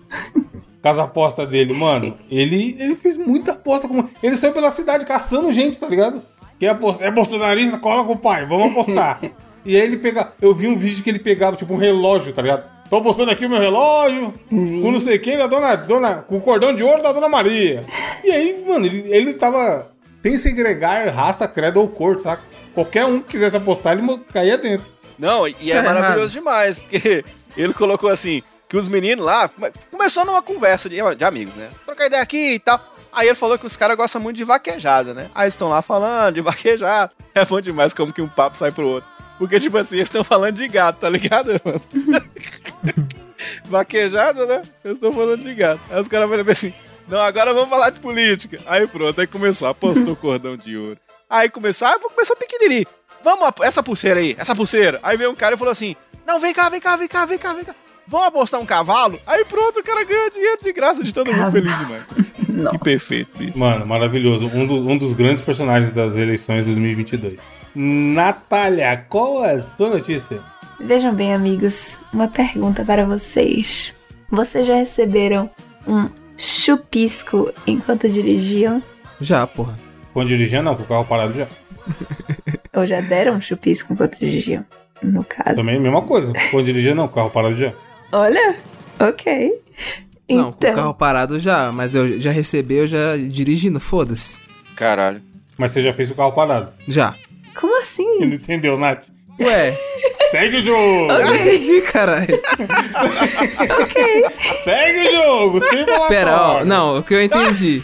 Speaker 4: Casa aposta dele, mano. Ele, ele fez muita aposta. Com... Ele saiu pela cidade caçando gente, tá ligado? Quem é, apos- é bolsonarista, cola com o pai, vamos
Speaker 5: [laughs]
Speaker 4: apostar. e aí ele pega. Eu vi um vídeo que ele pegava, tipo, um relógio, tá ligado? Tô postando aqui o meu relógio,
Speaker 5: Uhum.
Speaker 4: com não sei quem, da dona, dona. Com o cordão de ouro da dona Maria. E aí, mano, ele, ele tava. Sem segregar raça, credo ou cor, saca? Qualquer um que quisesse apostar, ele mo- caía dentro.
Speaker 3: Não, e- e é
Speaker 6: Tá errado.
Speaker 3: maravilhoso demais, porque [laughs] ele colocou assim: que os meninos lá. come- Começou numa conversa de, de amigos, né? Trocar ideia aqui e tal. Aí ele falou que os caras gostam muito de vaquejada, né? Aí eles estão lá falando de vaquejada. [laughs] É bom demais como que um papo sai pro outro. Porque, tipo assim, eles estão falando de gato, tá ligado, mano? [laughs] vaquejada, né? Eu estou falando de gato. Aí os caras vão ver assim: não, agora vamos falar de política. Aí pronto, aí começou, apostou o cordão de ouro. Aí começou, ah, vou começar o pequenininho. Vamos, ap- essa pulseira aí, essa pulseira. Aí veio um cara e falou assim: não, vem cá, vem cá, vem cá, vem cá, vem cá. Vamos apostar um cavalo? Aí pronto, o cara ganhou dinheiro de graça de todo
Speaker 5: Cavalo.
Speaker 3: mundo feliz demais.
Speaker 5: Não.
Speaker 3: Que perfeito, bicho.
Speaker 4: Mano, maravilhoso. Um dos, um dos grandes personagens das eleições 2022. Natália, qual é a sua notícia?
Speaker 5: Vejam bem, amigos, uma pergunta para vocês. Vocês já receberam um chupisco enquanto dirigiam?
Speaker 6: Já, porra.
Speaker 4: Quando dirigindo, não, com o carro parado já.
Speaker 5: Ou já deram um chupisco enquanto dirigiam? No caso.
Speaker 4: Também a mesma coisa. Quando dirigindo, não, com o carro parado já.
Speaker 5: Olha, ok.
Speaker 6: Não, com
Speaker 5: Então,
Speaker 6: o carro parado já, mas eu já recebi, eu já dirigindo, foda-se.
Speaker 3: Caralho.
Speaker 4: Mas você já fez o carro parado.
Speaker 6: Já.
Speaker 5: como assim?
Speaker 4: Não entendeu, Nath?
Speaker 6: Ué,
Speaker 4: Segue o jogo!
Speaker 6: eu
Speaker 5: Ok.
Speaker 6: entendi,
Speaker 4: [laughs]
Speaker 6: caralho.
Speaker 5: Ok.
Speaker 4: Segue o jogo! Sem
Speaker 6: Espera, ó.
Speaker 4: falatório.
Speaker 6: Não, o que eu entendi.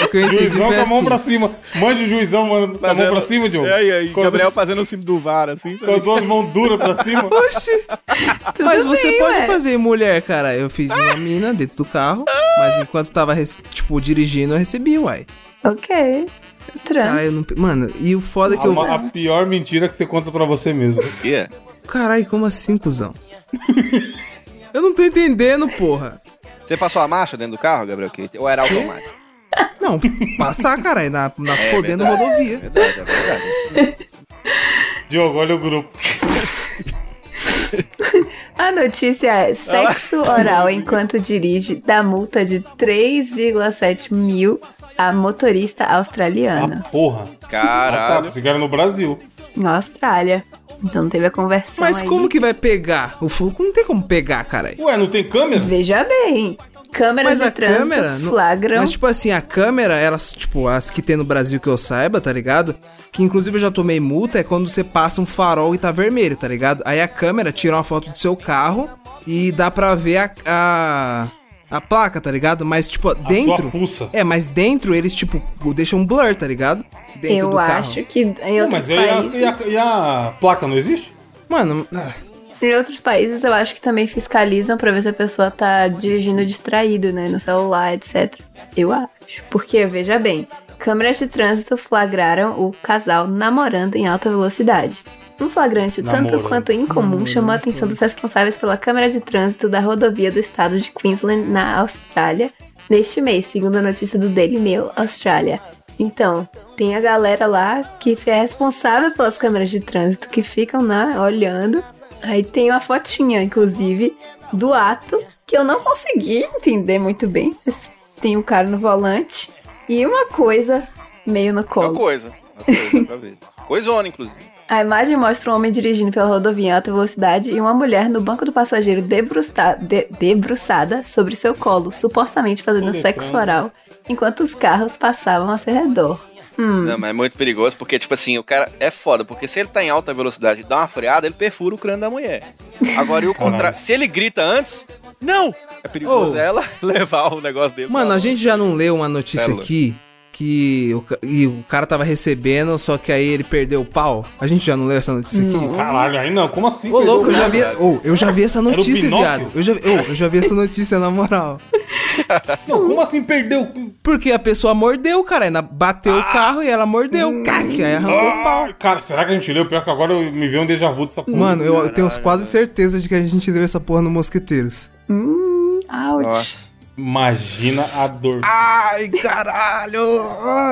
Speaker 6: O que eu entendi
Speaker 4: Juizão
Speaker 6: foi
Speaker 4: com a mão
Speaker 6: assim.
Speaker 4: pra cima. Manja o juizão mano, com a mão Tá pra cima, Diogo.
Speaker 3: É, e aí,
Speaker 4: Com as-
Speaker 3: Gabriel fazendo o cimo do VAR, assim. tá
Speaker 4: Com as
Speaker 3: ligado?
Speaker 4: duas mãos duras pra
Speaker 6: [laughs] É
Speaker 4: cima.
Speaker 6: Oxi. Mas
Speaker 5: Tudo
Speaker 6: você
Speaker 5: bem,
Speaker 6: pode
Speaker 5: ué.
Speaker 6: fazer em mulher, cara. Eu fiz em uma mina dentro do carro, mas enquanto tava, rece- tipo, dirigindo, eu recebi, uai.
Speaker 5: Ok.
Speaker 6: Cara, Tá, eu
Speaker 5: Trans.
Speaker 6: não... Mano, e o foda é que
Speaker 4: A, ma-
Speaker 6: eu...
Speaker 4: a pior mentira que você conta pra você mesmo.
Speaker 3: É.
Speaker 6: Caralho, como assim, cuzão? Eu não tô entendendo, porra.
Speaker 3: Você passou a marcha dentro do carro, Gabriel? Que- Ou era automático?
Speaker 6: Não, passar, caralho, na, na fodendo
Speaker 3: verdade.
Speaker 6: rodovia.
Speaker 3: verdade, é verdade.
Speaker 4: Diogo, olha o grupo.
Speaker 5: A notícia é: sexo
Speaker 6: Ah.
Speaker 5: oral enquanto dirige dá multa de 3,7 mil a motorista australiana.
Speaker 4: Ah, porra. Ah, tá,
Speaker 3: Caralho.
Speaker 4: pensei que era no Brasil.
Speaker 5: Na Austrália. Então teve a conversão.
Speaker 6: Tá. Mas
Speaker 5: aí.
Speaker 6: como que vai pegar? O fogo não tem como pegar, caralho.
Speaker 4: Ué, não tem câmera?
Speaker 5: Veja bem. Câmeras
Speaker 6: Mas
Speaker 5: de
Speaker 6: a
Speaker 5: trânsito
Speaker 6: câmera. não-
Speaker 5: flagram.
Speaker 6: Mas, tipo assim, a câmera, elas, tipo, as que tem no Brasil que eu saiba, tá ligado? Que inclusive eu já tomei multa, é quando você passa um farol e tá vermelho, tá ligado? Aí a câmera tira uma foto do seu carro e dá pra ver a. a... a placa, tá ligado? Mas, tipo,
Speaker 4: sua
Speaker 6: dentro.
Speaker 4: fuça.
Speaker 6: É, mas dentro eles, tipo, deixam um blur, tá ligado? Dentro
Speaker 5: eu
Speaker 6: do carro.
Speaker 5: acho que em
Speaker 4: Não,
Speaker 5: outros,
Speaker 4: mas e a,
Speaker 5: países,
Speaker 4: e a- e a placa não existe?
Speaker 6: Mano, ah,
Speaker 5: em outros países eu acho que também fiscalizam pra ver se a pessoa tá dirigindo distraído, né? No celular, etc. Eu acho. Porque, veja bem, câmeras de trânsito flagraram o casal namorando em alta velocidade. Um flagrante tanto
Speaker 4: Namorando.
Speaker 5: quanto incomum chamou a atenção dos responsáveis pela câmera de trânsito da rodovia do estado de Queensland, na Austrália, neste mês, segundo a notícia do Daily Mail Austrália. Então, tem a galera lá que é responsável pelas câmeras de trânsito, que ficam lá olhando. Aí tem uma fotinha, inclusive, do ato, que eu não consegui entender muito bem. mas Tem o cara no volante e uma coisa meio no
Speaker 3: Uma
Speaker 5: colo.
Speaker 3: coisa. Uma coisa, pra ver. Coisona, inclusive.
Speaker 5: A imagem mostra um homem dirigindo pela rodovia em alta velocidade e uma mulher no banco do passageiro debruçta- de- debruçada sobre seu colo, supostamente fazendo
Speaker 4: Olha,
Speaker 5: sexo
Speaker 4: cara.
Speaker 5: oral, enquanto os carros passavam a seu redor.
Speaker 4: Hum.
Speaker 3: Não, mas é muito perigoso, porque, tipo assim, o cara é foda, porque se ele tá em alta velocidade e dá uma freada, ele perfura o crânio da mulher. Agora, e o contrário? Se ele grita antes, não! É perigoso
Speaker 6: Oh.
Speaker 3: ela [laughs] levar o negócio dele.
Speaker 6: Mano,
Speaker 3: pra
Speaker 6: a
Speaker 3: longe.
Speaker 6: gente já não leu uma notícia
Speaker 3: Célula.
Speaker 6: aqui que o, ca- e o cara tava recebendo, só que aí ele perdeu o pau? A gente já não leu essa notícia aqui?
Speaker 5: Hum.
Speaker 4: Caralho, aí não, como assim?
Speaker 6: Ô, louco, eu já vi,
Speaker 3: Caralho.
Speaker 6: ô, eu já vi essa
Speaker 4: o
Speaker 6: notícia,
Speaker 4: Pinóquio?
Speaker 6: viado. Eu já, vi- ô, eu já vi essa notícia, na moral.
Speaker 4: Não, como assim perdeu?
Speaker 6: Porque a pessoa mordeu, cara. Ela bateu o carro e ela mordeu. Cac, aí arrancou o pau.
Speaker 4: Ah, cara, será que a gente leu? Pior que agora eu me veio um déjà vu dessa porra.
Speaker 6: Mano, eu, eu tenho quase certeza de que a gente leu essa porra no Mosqueteiros.
Speaker 5: Hum, Out.
Speaker 3: Nossa.
Speaker 4: Imagina a dor.
Speaker 6: Ai, caralho!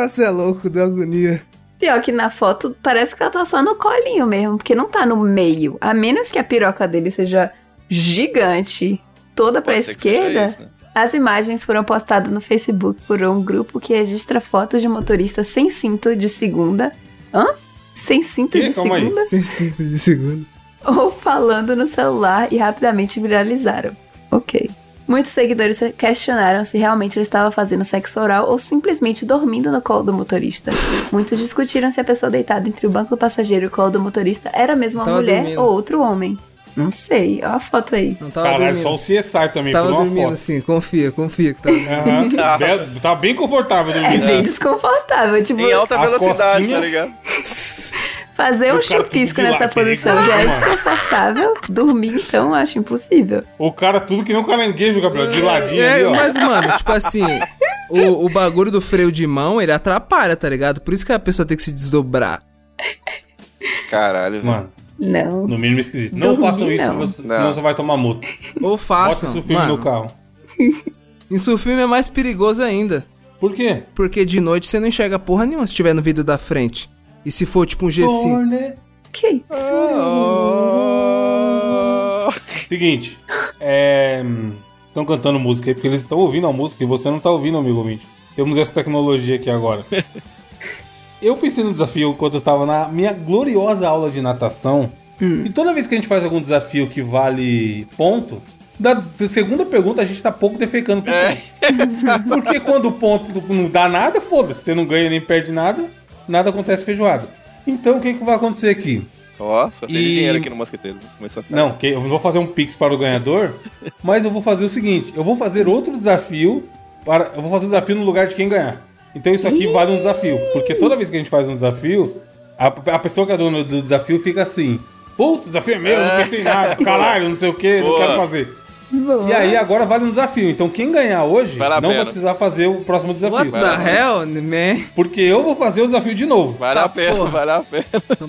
Speaker 6: Você é louco, deu agonia.
Speaker 5: Pior que na foto parece que ela tá só no colinho mesmo, porque não tá no meio. A menos que a piroca dele seja gigante, toda pra
Speaker 3: Pode ser que seja
Speaker 5: esquerda.
Speaker 3: isso, né?
Speaker 5: As imagens foram postadas no Facebook por um grupo que registra fotos de motoristas sem cinto de segunda. Hã? Sem cinto
Speaker 4: Ih,
Speaker 5: de
Speaker 4: calma aí.
Speaker 5: segunda? [laughs]
Speaker 6: Sem cinto de segundo.
Speaker 5: ou falando no celular e rapidamente viralizaram. Ok. Muitos seguidores questionaram se realmente ele estava fazendo sexo oral ou simplesmente dormindo no colo do motorista. Muitos discutiram se a pessoa deitada entre o banco do passageiro e o colo do motorista era mesmo uma
Speaker 6: Tava
Speaker 5: mulher
Speaker 6: dormindo.
Speaker 5: ou outro homem. Não sei, ó a foto aí.
Speaker 6: Não tava
Speaker 4: Caralho,
Speaker 6: dormindo.
Speaker 4: só o CSI também,
Speaker 6: Tava
Speaker 4: por uma
Speaker 6: dormindo,
Speaker 4: foto.
Speaker 6: assim, confia, confia que
Speaker 4: [laughs]
Speaker 6: [laughs] tava dormindo.
Speaker 4: Aham. Be- Tá bem confortável
Speaker 5: É
Speaker 4: dormindo.
Speaker 5: bem desconfortável, tipo,
Speaker 6: é
Speaker 3: Em alta
Speaker 4: As
Speaker 3: velocidade, tá
Speaker 4: costinhas.
Speaker 3: ligado?
Speaker 5: fazer um
Speaker 4: o cara tudo
Speaker 5: chupisco
Speaker 4: de lado,
Speaker 5: nessa
Speaker 4: que ele-
Speaker 5: posição já é
Speaker 4: Mano.
Speaker 5: desconfortável. Dormir, então, eu acho impossível.
Speaker 4: O cara tudo que não caranguejo, Gabriel. De ladinho
Speaker 6: É,
Speaker 4: ali, ó.
Speaker 6: mas, mano, tipo assim, o, o bagulho do freio de mão, ele atrapalha, tá ligado? Por isso que a pessoa tem que se desdobrar.
Speaker 3: Caralho. velho.
Speaker 4: Mano,
Speaker 5: Não.
Speaker 4: no mínimo esquisito. Não
Speaker 5: Dormir,
Speaker 4: façam isso,
Speaker 5: não.
Speaker 4: você-
Speaker 3: Não.
Speaker 4: senão você vai tomar multa.
Speaker 6: Ou
Speaker 4: Bota
Speaker 6: façam.
Speaker 4: esse filme no
Speaker 6: mano,
Speaker 4: carro.
Speaker 6: isso o filme é mais perigoso ainda.
Speaker 4: Por quê?
Speaker 6: Porque de noite você não enxerga porra nenhuma se tiver no vidro da frente. E se for tipo um G5.
Speaker 5: Que isso?
Speaker 4: Ah, Seguinte, é. Estão cantando música aí, porque eles estão ouvindo a música e você não tá ouvindo, amigo ouvinte. Temos essa tecnologia aqui agora. eu pensei no desafio quando eu estava na minha gloriosa aula de natação. E toda vez que a gente faz algum desafio que vale ponto, da da segunda pergunta a gente tá pouco defecando pro ponto. Porque quando o ponto não dá nada, foda-se, você não ganha nem perde nada, nada acontece feijoada. Então o que, que vai acontecer aqui?
Speaker 3: Ó, só tem
Speaker 4: E-
Speaker 3: dinheiro aqui no mosqueteiro. Começou a
Speaker 4: Não, que eu não vou fazer um pix para o ganhador, mas eu vou fazer o seguinte: eu vou fazer outro desafio. Para, eu vou fazer o desafio no lugar de quem ganhar. Então isso aqui vale um desafio. Porque toda vez que a gente faz um desafio, a, a pessoa que é dona do desafio fica assim: Puta, o desafio é meu, eu não pensei em nada, caralho, não sei o que, não
Speaker 3: Boa.
Speaker 4: quero fazer.
Speaker 5: Boa.
Speaker 4: E aí agora vale um desafio. Então quem ganhar hoje
Speaker 3: Vale a
Speaker 4: não vai
Speaker 3: pena.
Speaker 4: precisar fazer o próximo
Speaker 6: What
Speaker 4: desafio.
Speaker 6: the hell, man?
Speaker 4: Porque eu vou fazer o desafio de novo.
Speaker 3: Vale
Speaker 6: Tá,
Speaker 3: a pena,
Speaker 6: porra.
Speaker 3: vale a pena.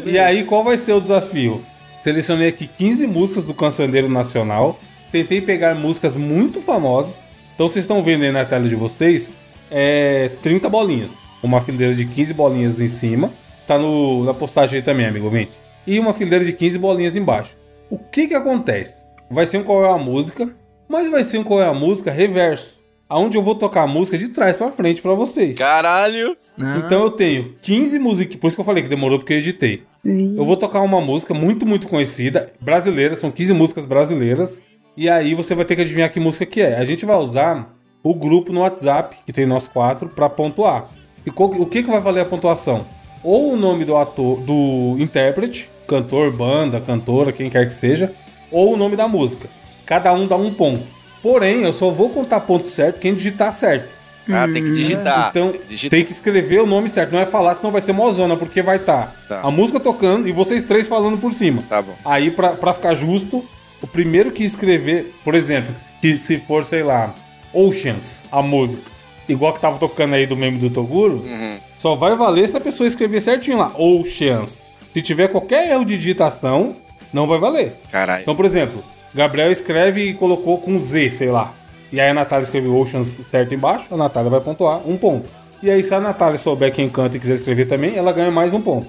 Speaker 4: E aí, qual vai ser o desafio? Selecionei aqui 15 músicas do Cancioneiro Nacional. Tentei pegar músicas muito famosas. Então, vocês estão vendo aí na tela de vocês é 30 bolinhas. Uma fileira de 15 bolinhas em cima. Tá no, na postagem aí também, amigo ouvinte. E uma fileira de 15 bolinhas embaixo. O que que acontece? Vai ser um qual é a música, mas vai ser um qual é a música reverso. Aonde eu vou tocar a música de trás pra frente pra vocês.
Speaker 3: Caralho.
Speaker 6: Ah,
Speaker 4: Então eu tenho 15 músicas. Por isso que eu falei que demorou porque eu editei. Eu vou tocar uma música muito, muito conhecida, brasileira, são 15 músicas brasileiras. E aí você vai ter que adivinhar que música que é. A gente vai usar o grupo no WhatsApp, que tem nós quatro, pra pontuar. E qual que- o que, que vai valer a pontuação? Ou o nome do ator, do intérprete, cantor, banda, cantora, quem quer que seja, ou o nome da música. Cada um dá um ponto. Porém, eu só vou contar ponto certo quem digitar certo.
Speaker 3: Ah, tem que digitar.
Speaker 4: Então,
Speaker 3: que digitar.
Speaker 4: tem que escrever o nome certo. Não é falar, senão vai ser mozona, porque vai estar
Speaker 3: Tá.
Speaker 4: a música tocando e vocês três falando por cima.
Speaker 3: Tá bom.
Speaker 4: Aí, pra, pra ficar justo, o primeiro que escrever, por exemplo, que se for, sei lá, Oceans, a música, igual que tava tocando aí do meme do Toguro,
Speaker 3: Uhum.
Speaker 4: só vai valer se a pessoa escrever certinho lá, Oceans. Se tiver qualquer erro de digitação, não vai valer.
Speaker 3: Caralho.
Speaker 4: Então, por exemplo, Gabriel escreve e colocou com Z, sei lá. E aí a Natália escreveu Oceans certo embaixo, a Natália vai pontuar um ponto. E aí, se a Natália souber quem canta e quiser escrever também, ela ganha mais um ponto.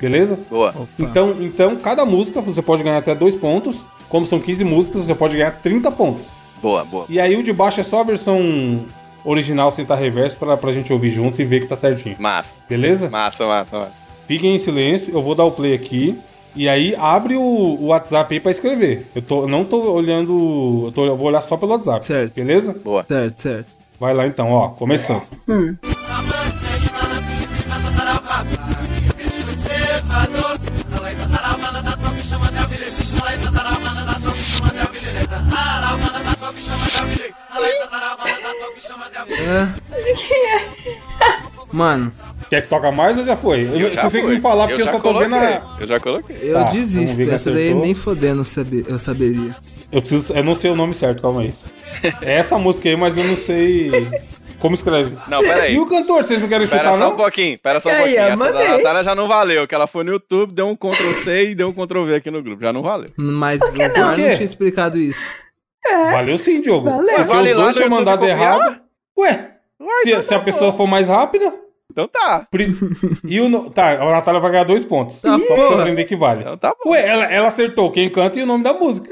Speaker 4: Beleza?
Speaker 3: Boa.
Speaker 4: Então, então, cada música você pode ganhar até dois pontos. Como são 15 músicas, você pode ganhar 30 pontos.
Speaker 3: Boa, boa.
Speaker 4: E aí o de baixo é só a versão original sem estar reverso pra, pra gente ouvir junto e ver que tá certinho.
Speaker 3: Massa.
Speaker 4: Beleza?
Speaker 3: Massa, massa, massa.
Speaker 4: Fiquem em silêncio, eu vou dar o play aqui. E aí abre o, o WhatsApp aí pra escrever. Eu tô, eu não tô olhando. Eu, tô- eu vou olhar só pelo WhatsApp.
Speaker 6: Certo.
Speaker 4: Beleza?
Speaker 3: Boa.
Speaker 6: certo, certo.
Speaker 4: Vai lá então, ó. Começando.
Speaker 5: Hum.
Speaker 6: É. Mano,
Speaker 4: Quer que toca mais ou já foi? Eu,
Speaker 3: Eu já
Speaker 4: você tem que
Speaker 3: fui.
Speaker 4: me falar, porque eu,
Speaker 3: já
Speaker 4: só tô vendo
Speaker 3: coloquei,
Speaker 4: a...
Speaker 3: Eu já coloquei.
Speaker 6: eu
Speaker 4: Tá, vamos
Speaker 6: desisto.
Speaker 4: ver quem
Speaker 6: Essa daí
Speaker 4: acertou.
Speaker 6: nem fodendo eu sabe- eu saberia.
Speaker 4: Eu preciso... Eu não sei o nome certo, calma aí. É essa música aí, mas eu não sei... Como escreve.
Speaker 3: Não, peraí.
Speaker 4: E o tá cantor, vocês não querem
Speaker 3: Pera
Speaker 4: chutar,
Speaker 3: só um
Speaker 4: não?
Speaker 3: pouquinho, pera só um
Speaker 5: Aí,
Speaker 3: pouquinho.
Speaker 5: ó,
Speaker 3: Essa da
Speaker 5: mandei.
Speaker 3: Natália já não valeu, que ela foi no YouTube, deu um Ctrl C e deu um Ctrl V aqui no grupo. Já não valeu.
Speaker 6: Mas o VAR não
Speaker 4: Por quê?
Speaker 6: tinha explicado isso.
Speaker 4: Valeu sim, Diogo.
Speaker 5: Valeu.
Speaker 4: Porque
Speaker 3: Vale
Speaker 4: os
Speaker 3: lá
Speaker 4: dois
Speaker 3: no
Speaker 4: tinham
Speaker 3: YouTube
Speaker 4: mandado
Speaker 3: copiar? tá
Speaker 4: errado. Ué, se, se a pessoa for mais rápida...
Speaker 3: Então tá.
Speaker 4: pri- E o... no- Tá, a Natália vai ganhar dois pontos.
Speaker 6: Ah,
Speaker 4: pra
Speaker 6: porra.
Speaker 4: você aprender que vale.
Speaker 3: Então tá bom.
Speaker 4: Ué, ela, ela acertou quem canta e o nome da música.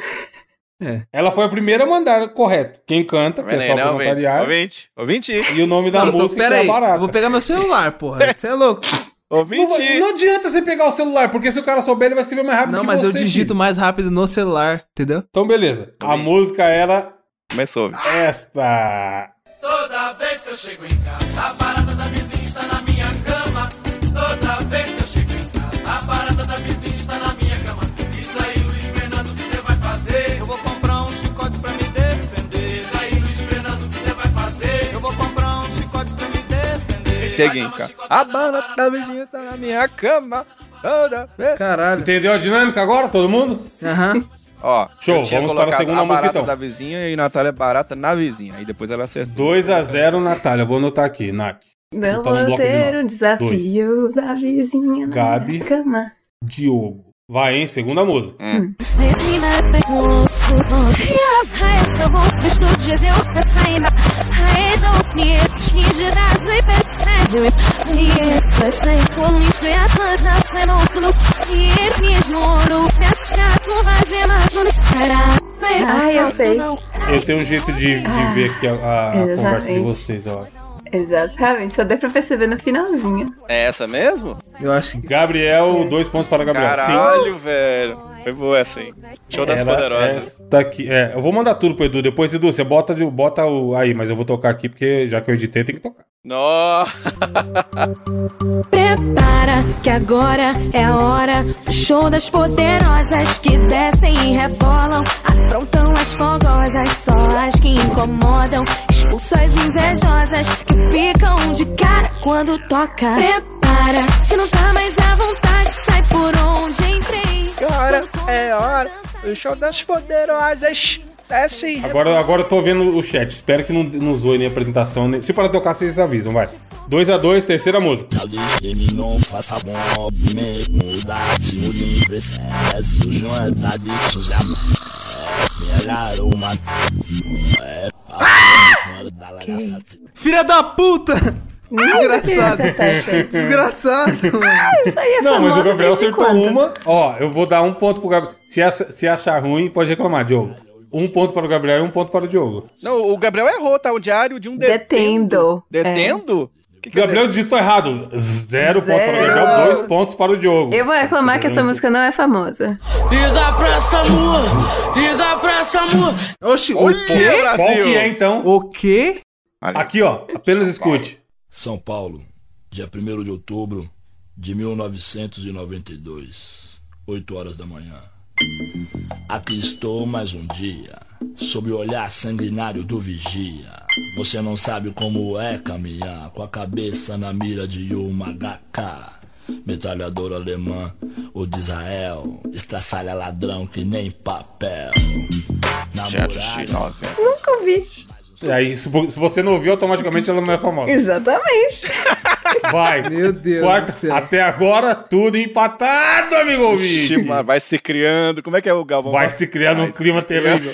Speaker 6: É.
Speaker 4: Ela foi a primeira a mandar correto. Quem canta, que
Speaker 3: Vem
Speaker 4: é
Speaker 3: aí,
Speaker 4: só
Speaker 3: né,
Speaker 4: pra
Speaker 3: ouvinte?
Speaker 4: notariar.
Speaker 3: Ouvinte. Ouvinte.
Speaker 4: E o nome da
Speaker 6: Não, tô,
Speaker 4: música
Speaker 6: pera
Speaker 4: que é
Speaker 6: aí.
Speaker 4: barata.
Speaker 6: Eu vou pegar meu celular,
Speaker 4: [laughs]
Speaker 6: porra. Você é louco.
Speaker 4: Não,
Speaker 3: Ouvinte.
Speaker 4: vai- não adianta você pegar o celular, porque se o cara souber, ele vai escrever mais rápido
Speaker 6: Não,
Speaker 4: que
Speaker 6: mas eu
Speaker 4: você,
Speaker 6: digito
Speaker 4: filho.
Speaker 6: mais rápido no celular, entendeu?
Speaker 4: Então, beleza. A música era
Speaker 3: Começou. ouvinte.
Speaker 4: esta.
Speaker 3: Cheguei em casa. A bala da vizinha tá na minha cama. Toda vez.
Speaker 6: Caralho.
Speaker 4: Entendeu a dinâmica agora, todo mundo?
Speaker 6: Aham.
Speaker 3: Ó,
Speaker 4: Show,
Speaker 3: eu tinha
Speaker 4: vamos para a
Speaker 3: colocado
Speaker 4: segunda
Speaker 3: a
Speaker 4: música,
Speaker 3: barata
Speaker 4: então.
Speaker 3: da vizinha e Natália é barata na vizinha. Aí depois ela acertou.
Speaker 4: 2x0, Natália. Vou anotar aqui, Nath.
Speaker 5: Não
Speaker 4: Então tá no
Speaker 5: vou
Speaker 4: bloco
Speaker 5: ter
Speaker 4: de
Speaker 5: um desafio da vizinha na
Speaker 4: Gabi.
Speaker 5: minha cama.
Speaker 4: Diogo. Vai, hein? Segunda música.
Speaker 5: Ai, eu sei.
Speaker 4: Eu tenho um jeito de, de ver aqui a, a
Speaker 5: Exatamente.
Speaker 4: conversa de vocês, eu acho.
Speaker 5: Exatamente, só deu pra perceber no finalzinho.
Speaker 3: É essa mesmo?
Speaker 6: Eu acho que.
Speaker 4: Gabriel, dois pontos para Gabriel. Sim.
Speaker 3: Caralho, velho. Foi boa essa, hein? Show das
Speaker 4: Era
Speaker 3: poderosas.
Speaker 4: Esta aqui. É, eu vou mandar tudo pro Edu. Depois, Edu, você bota, de- bota o, aí, mas eu vou tocar aqui, porque já que eu editei, tem que tocar.
Speaker 3: Nossa.
Speaker 7: Prepara que agora é a hora do show das poderosas que descem e rebolam, afrontam as fogosas, só as que incomodam, expulsam as invejosas que ficam de cara quando toca. Prepara, se não tá mais à vontade, sai por onde entrei.
Speaker 3: Agora
Speaker 7: Quando
Speaker 3: é
Speaker 7: começa a
Speaker 3: hora.
Speaker 7: dança,
Speaker 3: O show das poderosas. É sim.
Speaker 4: Agora, agora eu tô vendo o chat. Espero que não, não zoe nem a apresentação. nem- Se para de tocar, vocês avisam, vai. 2 a 2 terceira música.
Speaker 6: Filha da puta! Desgraçado.
Speaker 5: [laughs]
Speaker 4: Tá
Speaker 5: Essa taça.
Speaker 6: Desgraçado, mano.
Speaker 5: Isso aí é
Speaker 4: Não, mas o
Speaker 5: famosa
Speaker 4: Gabriel
Speaker 5: desde
Speaker 4: acertou
Speaker 5: quando?
Speaker 4: uma. Ó, eu vou dar um ponto pro Gabriel. Se, acha- se achar ruim, pode reclamar, Diogo. Um ponto para o Gabriel e um ponto para o Diogo.
Speaker 3: Não, o Gabriel errou, tá? O diário de um
Speaker 5: Detendo.
Speaker 3: Detendo? Que é que eu
Speaker 4: É. Gabriel digitou errado. Zero, ponto para o Gabriel,
Speaker 5: Zero.
Speaker 4: dois pontos para o Diogo.
Speaker 5: É. Eu vou reclamar que essa música não é famosa.
Speaker 8: Liga pra SAMU! Liga pra SAMU!
Speaker 6: Oxi,
Speaker 3: dei?
Speaker 6: o
Speaker 3: Olha,
Speaker 6: quê?
Speaker 3: Brasil.
Speaker 4: Qual que é, então?
Speaker 6: O quê?
Speaker 4: Aqui, ó. Apenas escute.
Speaker 9: São Paulo, dia 1 de outubro de 1992, 8 horas da manhã. Aqui estou mais um dia, sob o olhar sanguinário do vigia. Você não sabe como é caminhar, com a cabeça na mira de uma HK. Metralhadora alemã ou de Israel, estraçalha ladrão que nem papel. Na muralha,
Speaker 5: Nunca ouvi.
Speaker 4: E aí, se vo- se você não ouviu, automaticamente ela não
Speaker 5: [laughs]
Speaker 4: é famosa.
Speaker 5: Exatamente.
Speaker 4: Vai.
Speaker 6: Meu Deus
Speaker 4: Quarta-
Speaker 6: do céu.
Speaker 4: Até agora, tudo empatado, amigo ouvinte.
Speaker 3: Oxi, mano, vai se criando. Como é que é o Galvão?
Speaker 4: Vai se criando um
Speaker 3: Vai se
Speaker 4: clima terrível.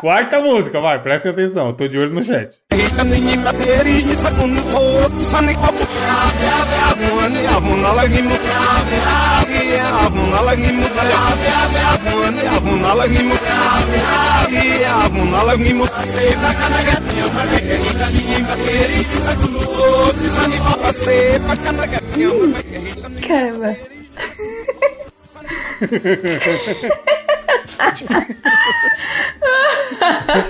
Speaker 4: Quarta música, vai, prestem atenção. Eu tô de olho no chat.
Speaker 5: Caramba.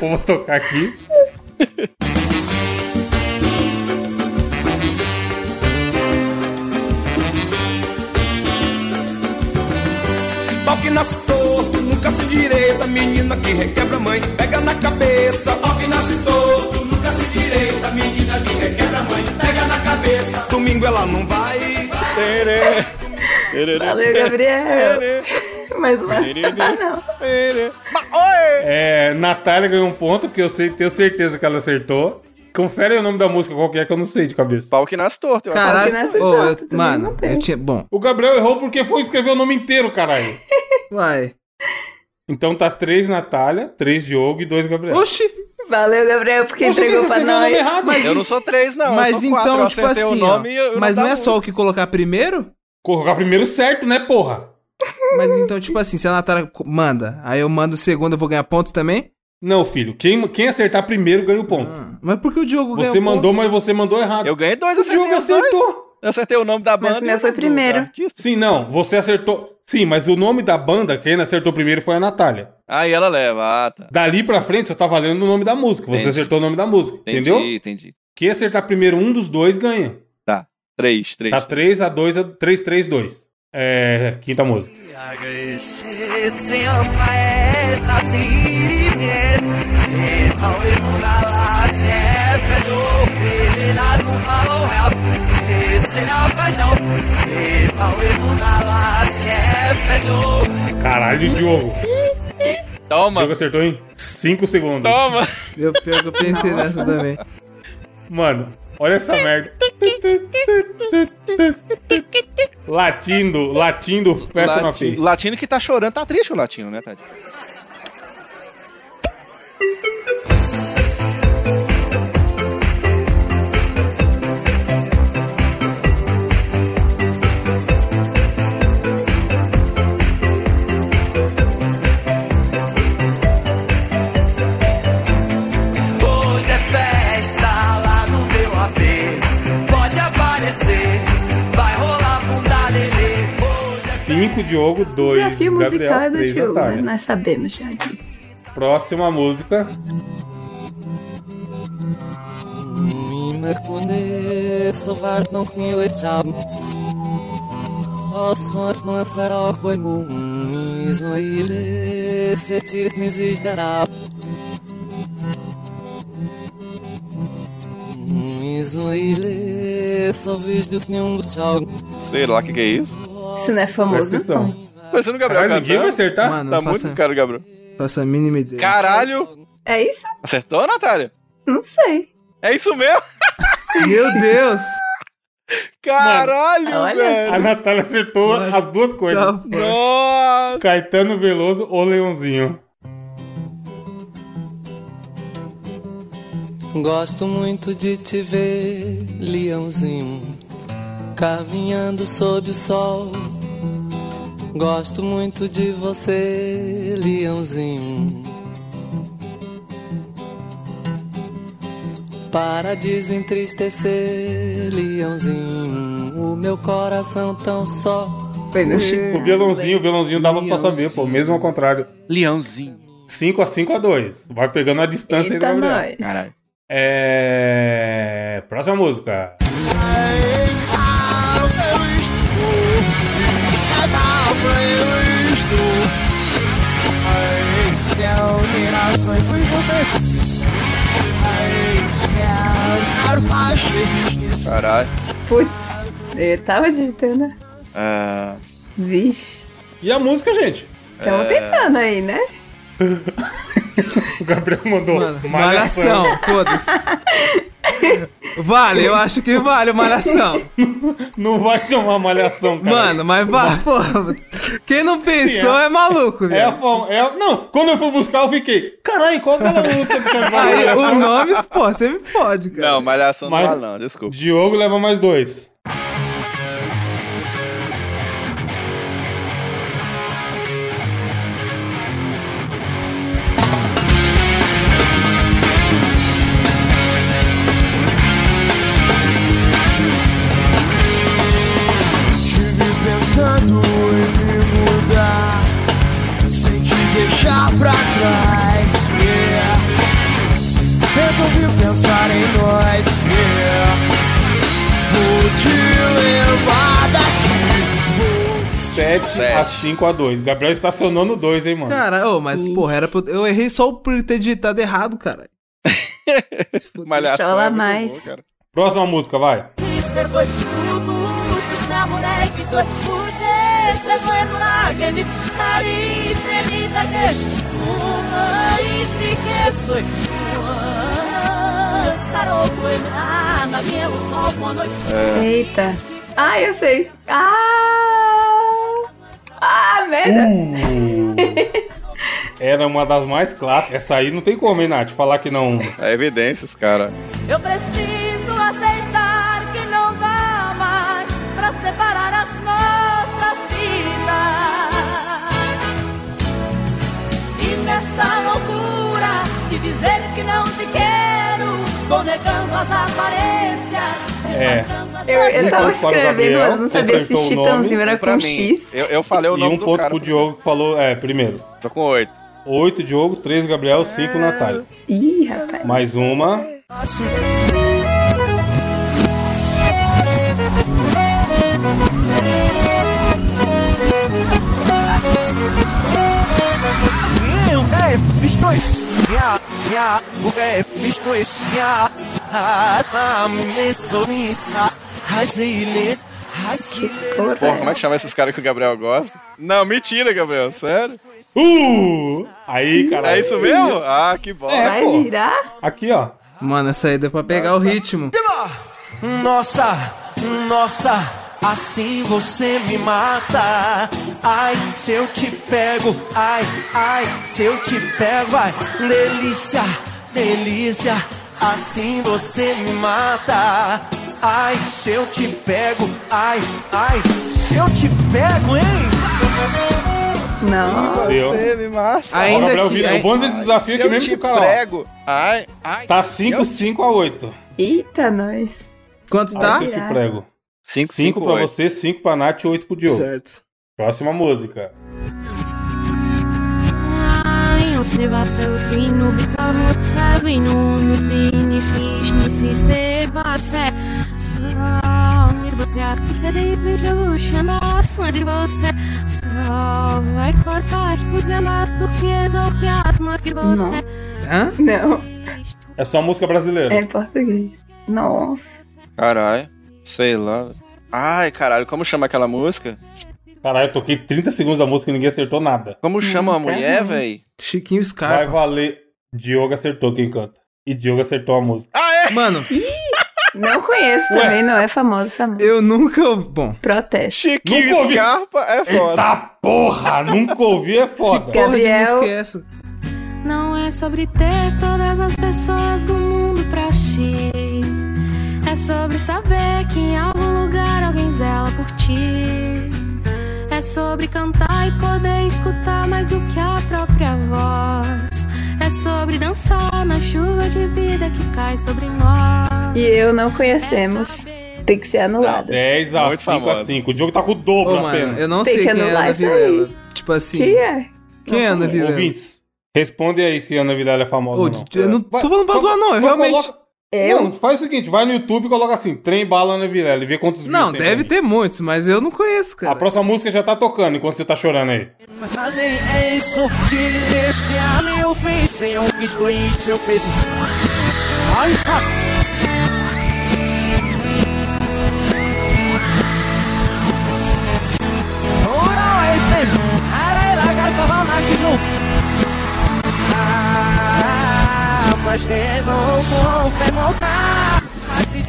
Speaker 4: Eu vou tocar aqui.
Speaker 10: Pau que nasce torto, nunca
Speaker 8: nunca se direita, menina que requebra mãe, pega na cabeça. Pau que nasce torto, nunca se direita, menina que requebra mãe, pega na cabeça. Domingo ela não vai.
Speaker 3: Tererê. Tererê.
Speaker 5: Valeu,
Speaker 4: [laughs]
Speaker 5: Gabriel. Mais uma. Ah, não.
Speaker 3: Tererê. Ma- Oi!
Speaker 4: É, Natália ganhou um ponto, porque eu sei, tenho certeza que ela acertou. Confere o nome da música qualquer que eu não sei de cabeça.
Speaker 3: Pau que nasce torto. eu acho.
Speaker 5: Só que
Speaker 6: Caralho,
Speaker 5: nessa
Speaker 6: ô,
Speaker 5: data
Speaker 6: eu-
Speaker 5: também
Speaker 6: mano,
Speaker 5: não tem.
Speaker 6: eu tinha. Bom,
Speaker 4: O Gabriel errou porque foi escrever o nome inteiro, caralho.
Speaker 6: vai.
Speaker 4: Então tá três Natália, três Diogo e dois Gabriel.
Speaker 3: É,
Speaker 6: Oxi!
Speaker 5: Valeu, Gabriel, porque entregou pra nós.
Speaker 4: Mas...
Speaker 3: Eu não sou três, não. eu
Speaker 6: mas
Speaker 3: sou quatro, eu
Speaker 6: então, tipo
Speaker 3: acertei
Speaker 6: assim.
Speaker 3: o
Speaker 6: ó,
Speaker 3: nome e eu- eu
Speaker 6: mas não é
Speaker 3: dava
Speaker 6: só o que colocar primeiro?
Speaker 4: Colocar primeiro certo, né, porra?
Speaker 6: Mas então, tipo assim, se a Natália co- manda, aí eu mando o segundo, eu vou ganhar ponto também?
Speaker 4: Não, filho. Quem, quem acertar primeiro ganha o ponto.
Speaker 3: Hum.
Speaker 6: Ah, mas por que o Diogo ganhou
Speaker 4: você mandou,
Speaker 6: ponto?
Speaker 4: mas você mandou errado.
Speaker 3: Eu ganhei dois,
Speaker 4: O Diogo
Speaker 3: acertei os dois.
Speaker 4: acertou.
Speaker 3: Eu acertei o nome da banda.
Speaker 5: o meu
Speaker 3: e o
Speaker 5: foi
Speaker 3: nome do
Speaker 5: primeiro.
Speaker 3: artista.
Speaker 4: Sim, não. Você acertou. Sim, mas o nome da banda, quem acertou primeiro foi a Natália.
Speaker 3: Aí ela leva, ah, tá.
Speaker 4: Dali pra frente só tá valendo o nome da música. Você
Speaker 3: Entendi.
Speaker 4: acertou o nome da música,
Speaker 3: Entendi,
Speaker 4: entendeu?
Speaker 3: entendi.
Speaker 4: Quem acertar primeiro um dos dois ganha.
Speaker 3: Três, três.
Speaker 4: Tá 3 a 2 a 3 3 2. É, quinta música. Caralho, Diogo. O
Speaker 3: Toma,
Speaker 4: Diogo acertou em 5 segundos.
Speaker 3: toma.
Speaker 6: Eu, pior que eu pensei nessa também.
Speaker 4: Mano, olha essa merda. Latindo, latindo, festa na
Speaker 3: Lati-
Speaker 4: face.
Speaker 3: Latino que tá chorando, tá triste o latino, né, Tati?
Speaker 8: Hoje é festa lá no meu AP. Pode aparecer, vai rolar bunda lelê. Hoje
Speaker 4: 5 Diogo, 2
Speaker 5: Desafio musical é
Speaker 4: Gabriel,
Speaker 5: do
Speaker 4: 3
Speaker 5: Diogo, né?
Speaker 4: Natália.
Speaker 5: Nós sabemos já disso.
Speaker 4: Próxima música.
Speaker 6: Tá
Speaker 11: Menina, conheço vartão que eu echava. O sonho lançar ao coimu, miso ilhe, se tir nizis dará. Miso ilhe, só vejo do que um tchau.
Speaker 3: Sei lá o que, que é isso.
Speaker 5: Isso não é
Speaker 4: Presta
Speaker 5: famoso.
Speaker 4: atenção.
Speaker 3: Parecendo o Gabriel
Speaker 4: Caralho, ninguém vai
Speaker 3: cantando.
Speaker 4: acertar?
Speaker 6: Mano,
Speaker 3: Tá
Speaker 6: não
Speaker 3: muito
Speaker 6: faça,
Speaker 3: no cara o Gabriel.
Speaker 6: faça a mínima ideia.
Speaker 3: Caralho.
Speaker 5: É isso?
Speaker 3: Acertou, Natália?
Speaker 5: Não sei.
Speaker 3: É isso mesmo? [laughs]
Speaker 6: Meu Deus!
Speaker 3: Caralho,
Speaker 5: olha
Speaker 3: velho.
Speaker 4: A Natália acertou
Speaker 6: Mano,
Speaker 4: as duas coisas.
Speaker 6: Tá foda.
Speaker 3: Nossa.
Speaker 4: Caetano Veloso ou Leãozinho?
Speaker 11: Gosto muito de te ver, leãozinho, caminhando sob o sol. Gosto muito de você, leãozinho. Para desentristecer, leãozinho, o meu coração tão só.
Speaker 5: Foi no Chico.
Speaker 4: O violãozinho, o violãozinho dava pra saber, pô. Mesmo ao contrário.
Speaker 3: Leãozinho.
Speaker 4: 5 a 5 a 2 Vai pegando a distância aí do
Speaker 5: Eita,
Speaker 4: Gabriel.
Speaker 5: nós.
Speaker 3: Caralho.
Speaker 4: É. Próxima música.
Speaker 2: é é
Speaker 3: Caralho.
Speaker 5: Putz, eu tava digitando.
Speaker 3: Ah,
Speaker 5: Vixe.
Speaker 4: E a música, gente? É.
Speaker 5: Estamos tentando aí, né?
Speaker 4: O [laughs] Gabriel mandou.
Speaker 6: Mano, malhação, foda-se. Vale, eu acho que vale o malhação.
Speaker 4: Não vai chamar malhação, cara.
Speaker 6: Mano, mas vá, porra. Quem não pensou é maluco,
Speaker 4: É a
Speaker 6: velho.
Speaker 4: forma. É a- Não, quando eu fui buscar, eu fiquei. Caralho, qual que era a música que
Speaker 3: é
Speaker 4: chamava
Speaker 6: Aí
Speaker 4: malhação?
Speaker 6: o nome, pô, você me pode, cara.
Speaker 3: não, malhação
Speaker 4: Mas-
Speaker 3: não fala não, desculpa.
Speaker 4: Diogo leva mais dois.
Speaker 8: Estive pensando em me mudar Sem te deixar pra trás yeah. Resolvi pensar em nós yeah. Vou te
Speaker 3: Sete.
Speaker 4: a 5 a 2. Gabriel estacionou no 2, hein, mano.
Speaker 6: Cara, ô, mas porra, era pra... eu- eu errei só por ter digitado errado, cara. Se fuder.
Speaker 3: Malhação.
Speaker 5: Chola
Speaker 3: é muito
Speaker 5: mais.
Speaker 3: boa, cara.
Speaker 4: Próxima música, vai.
Speaker 5: Eita. Ah, eu sei. Ah! Ah, merda.
Speaker 4: Uh, Era uma das mais clássicas. Essa aí não tem como, hein, Nath? Falar
Speaker 3: [laughs]
Speaker 4: que não.
Speaker 3: É evidências, cara.
Speaker 8: Eu preciso aceitar que não dá mais pra separar as nossas vidas. E nessa loucura de dizer que não te quero, vou negando as aparências.
Speaker 4: É.
Speaker 8: disfarçando as
Speaker 5: Eu, eu tava
Speaker 4: Acertou para o
Speaker 5: escrevendo,
Speaker 4: Gabriel,
Speaker 5: mas não sabia se
Speaker 4: acertou o nome,
Speaker 5: Chitãozinho era
Speaker 3: É pra
Speaker 5: com
Speaker 3: mim.
Speaker 5: X.
Speaker 3: Eu, eu falei É o
Speaker 4: E
Speaker 3: nome
Speaker 4: um
Speaker 3: do
Speaker 4: ponto
Speaker 3: cara.
Speaker 4: pro Diogo que falou. É, primeiro.
Speaker 3: Tô com oito.
Speaker 4: 8, Diogo, 3, Gabriel,
Speaker 6: É.
Speaker 4: 5, Natália.
Speaker 5: Ih, rapaz.
Speaker 4: Mais uma.
Speaker 5: Porra.
Speaker 3: Porra, como é que chama esses caras que o Gabriel gosta? Não, mentira, Gabriel, sério?
Speaker 4: Uh!
Speaker 6: Hum.
Speaker 4: Aí, cara.
Speaker 3: É isso mesmo? Ah, que bom.
Speaker 4: É,
Speaker 5: Vai
Speaker 4: pô.
Speaker 5: virar?
Speaker 4: Aqui, ó.
Speaker 6: Mano, essa aí deu pra pegar o ritmo.
Speaker 8: Nossa, nossa, assim você me mata. Ai, se eu te pego, ai, ai, se eu te pego, ai, delícia, delícia, assim você me mata. Ai, se eu te pego, ai, ai, se eu te pego, hein?
Speaker 5: Não.
Speaker 4: Deu.
Speaker 3: me mata.
Speaker 4: Ó,
Speaker 6: Ainda
Speaker 4: Gabriel,
Speaker 6: que...
Speaker 4: Vini, O bom desse desafio é que
Speaker 3: eu
Speaker 4: mesmo que
Speaker 3: te
Speaker 4: o cara.
Speaker 3: prego. Ai, ai.
Speaker 4: Ó, tá 5, 5 a 8.
Speaker 5: Eita, nós.
Speaker 6: Quanto tá?
Speaker 4: Se eu te prego.
Speaker 3: 5,
Speaker 4: 5 pra você, 5 pra Nath e 8 pro Diogo.
Speaker 6: Certo.
Speaker 4: Próxima música.
Speaker 7: Ai, on se va sortinu, bitavo tsavinu, nu tini fish, ni si se base. Só me você até deveria chamar só de você. Só vai cortar, pois é lá, porque se é do piato, não que você.
Speaker 6: Hã?
Speaker 5: Não,
Speaker 4: É só música brasileira.
Speaker 5: é em português. Nossa.
Speaker 3: Caralho. Sei lá. Ai, caralho, como chama aquela música?
Speaker 4: Caralho, eu toquei 30 segundos da música e ninguém acertou nada.
Speaker 3: Como chama a
Speaker 5: tá
Speaker 3: mulher,
Speaker 5: bom.
Speaker 3: véi?
Speaker 6: Chiquinho
Speaker 4: Vai
Speaker 6: Scarpa.
Speaker 4: valer. Diogo acertou quem canta. E Diogo acertou a música.
Speaker 3: Ah, é?
Speaker 6: Mano,
Speaker 5: Não conheço
Speaker 4: Ué.
Speaker 5: também, não é famosa essa música.
Speaker 6: eu nunca... Bom,
Speaker 5: Protesto.
Speaker 3: Chiquinho
Speaker 4: Nunca ouvi.
Speaker 3: Scarpa é foda.
Speaker 4: Eita Tá, porra! Nunca ouvi, é
Speaker 6: [laughs]
Speaker 4: foda.
Speaker 5: Que
Speaker 6: porra de
Speaker 5: Gabriel.
Speaker 6: música é essa?
Speaker 7: Não é sobre ter todas as pessoas do mundo pra ti. É sobre saber que em algum lugar alguém zela por ti. É sobre cantar e poder escutar mais do que a própria voz. É sobre dançar na chuva de vida que cai sobre nós.
Speaker 5: E eu não
Speaker 7: É
Speaker 5: conhecemos.
Speaker 7: saber-
Speaker 5: Tem que ser anulado.
Speaker 4: 10 a
Speaker 3: Muito
Speaker 4: 5 a
Speaker 3: famosa.
Speaker 4: 5. O Diogo tá com o dobro
Speaker 6: Ô, mano,
Speaker 4: apenas.
Speaker 6: eu não
Speaker 5: Tem
Speaker 6: sei
Speaker 5: que
Speaker 6: quem é
Speaker 5: anular
Speaker 6: Ana
Speaker 5: isso aí.
Speaker 6: Vilela. Tipo assim,
Speaker 5: Que é?
Speaker 6: quem é Ana Vilela?
Speaker 4: Ouvintes, responde aí se Ana Vilela é famosa
Speaker 6: Ô,
Speaker 4: ou não.
Speaker 6: d- eu não
Speaker 4: Vai,
Speaker 6: tô falando pra
Speaker 4: só-
Speaker 6: zoar, não, eu
Speaker 4: só
Speaker 6: realmente...
Speaker 4: coloca-
Speaker 5: É, Eu?
Speaker 4: Não, faz o seguinte, vai no YouTube e coloca assim, trem bala Ana Vilela e vê quantos views
Speaker 6: Não,
Speaker 4: tem um-
Speaker 6: deve
Speaker 4: pra
Speaker 6: ter
Speaker 4: mim.
Speaker 6: muitos, mas eu não conheço,
Speaker 4: A
Speaker 6: cara.
Speaker 4: próxima música já tá tocando enquanto você tá chorando aí.
Speaker 8: Fazem é isso silenciar meu fim sem eu excluir seu peito. Ai, é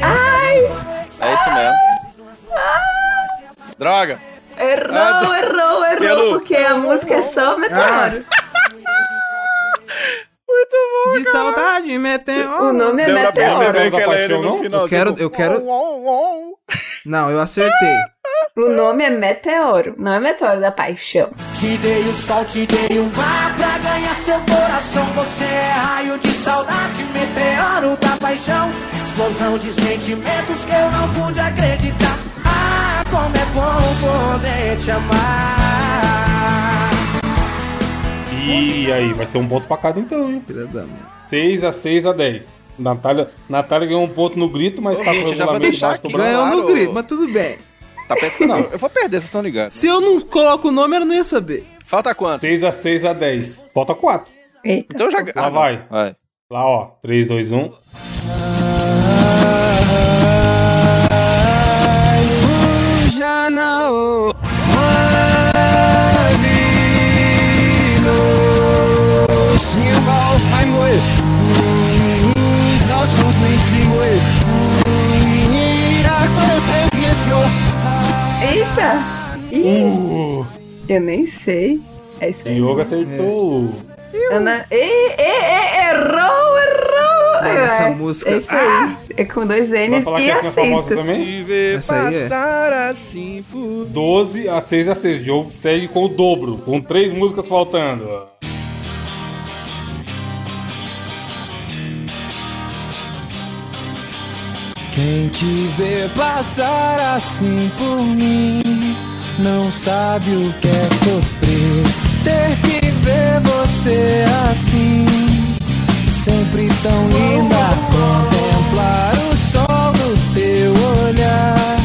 Speaker 8: Ah,
Speaker 3: É isso mesmo. Droga.
Speaker 5: Errou,
Speaker 3: Ah,
Speaker 5: errou, errou,
Speaker 3: Pelo-
Speaker 5: porque a música é
Speaker 6: Ah.
Speaker 5: só meteoro.
Speaker 6: De saudade, meteoro.
Speaker 5: o nome é
Speaker 3: Deu pra
Speaker 5: Meteoro.
Speaker 3: perceber que ela
Speaker 4: Paixão,
Speaker 3: é
Speaker 4: não?
Speaker 3: no final.
Speaker 6: Eu quero- eu quero- Não, eu acertei.
Speaker 5: O nome é Meteoro, não é Meteoro da Paixão.
Speaker 8: Te dei o sol, te dei o mar pra ganhar seu coração. Você é raio de saudade, meteoro da paixão. Explosão de sentimentos que eu não pude acreditar. Ah, como é bom poder te amar.
Speaker 4: E aí, vai ser um ponto pra cada então, hein?
Speaker 6: Filha da mãe.
Speaker 4: 6 a 6 a 10. Natália, Natália ganhou um ponto no grito, mas tá com o
Speaker 3: Gente, já vou
Speaker 4: regulamento
Speaker 3: deixar
Speaker 4: baixo do
Speaker 3: aqui. né?
Speaker 4: braço.
Speaker 6: Ganhou no
Speaker 3: Claro.
Speaker 6: grito, mas tudo bem.
Speaker 3: Tapete Tá não. Eu vou perder, vocês estão ligados.
Speaker 6: Se eu não coloco o nome, ela não ia saber.
Speaker 3: Falta quanto?
Speaker 4: 6 a 6 a 10. Falta 4.
Speaker 5: Eita.
Speaker 3: Então eu já.
Speaker 4: Lá
Speaker 3: não.
Speaker 4: vai.
Speaker 3: Vai.
Speaker 4: Lá, ó. um. 3, 2, 1. Então-
Speaker 5: Eita! Ih,
Speaker 4: Uh.
Speaker 5: eu nem sei. É isso aí.
Speaker 4: Yoga acertou.
Speaker 5: Ana... Ih, ih, ih, errou, errou!
Speaker 6: Mano, essa
Speaker 5: É,
Speaker 6: música-
Speaker 5: É isso aí. É com dois
Speaker 4: Vai
Speaker 5: N's
Speaker 4: Ah! falar que
Speaker 5: e
Speaker 4: essa não é famosa
Speaker 5: acento.
Speaker 4: também?
Speaker 3: E ver
Speaker 6: Essa aí é?
Speaker 3: passar assim por.
Speaker 4: 12 a 6 a 6. Diogo segue com o dobro, com três músicas faltando.
Speaker 8: Quem te vê passar assim por mim não sabe o que é sofrer. Ter que ver você assim, sempre tão linda. Contemplar o sol no teu olhar.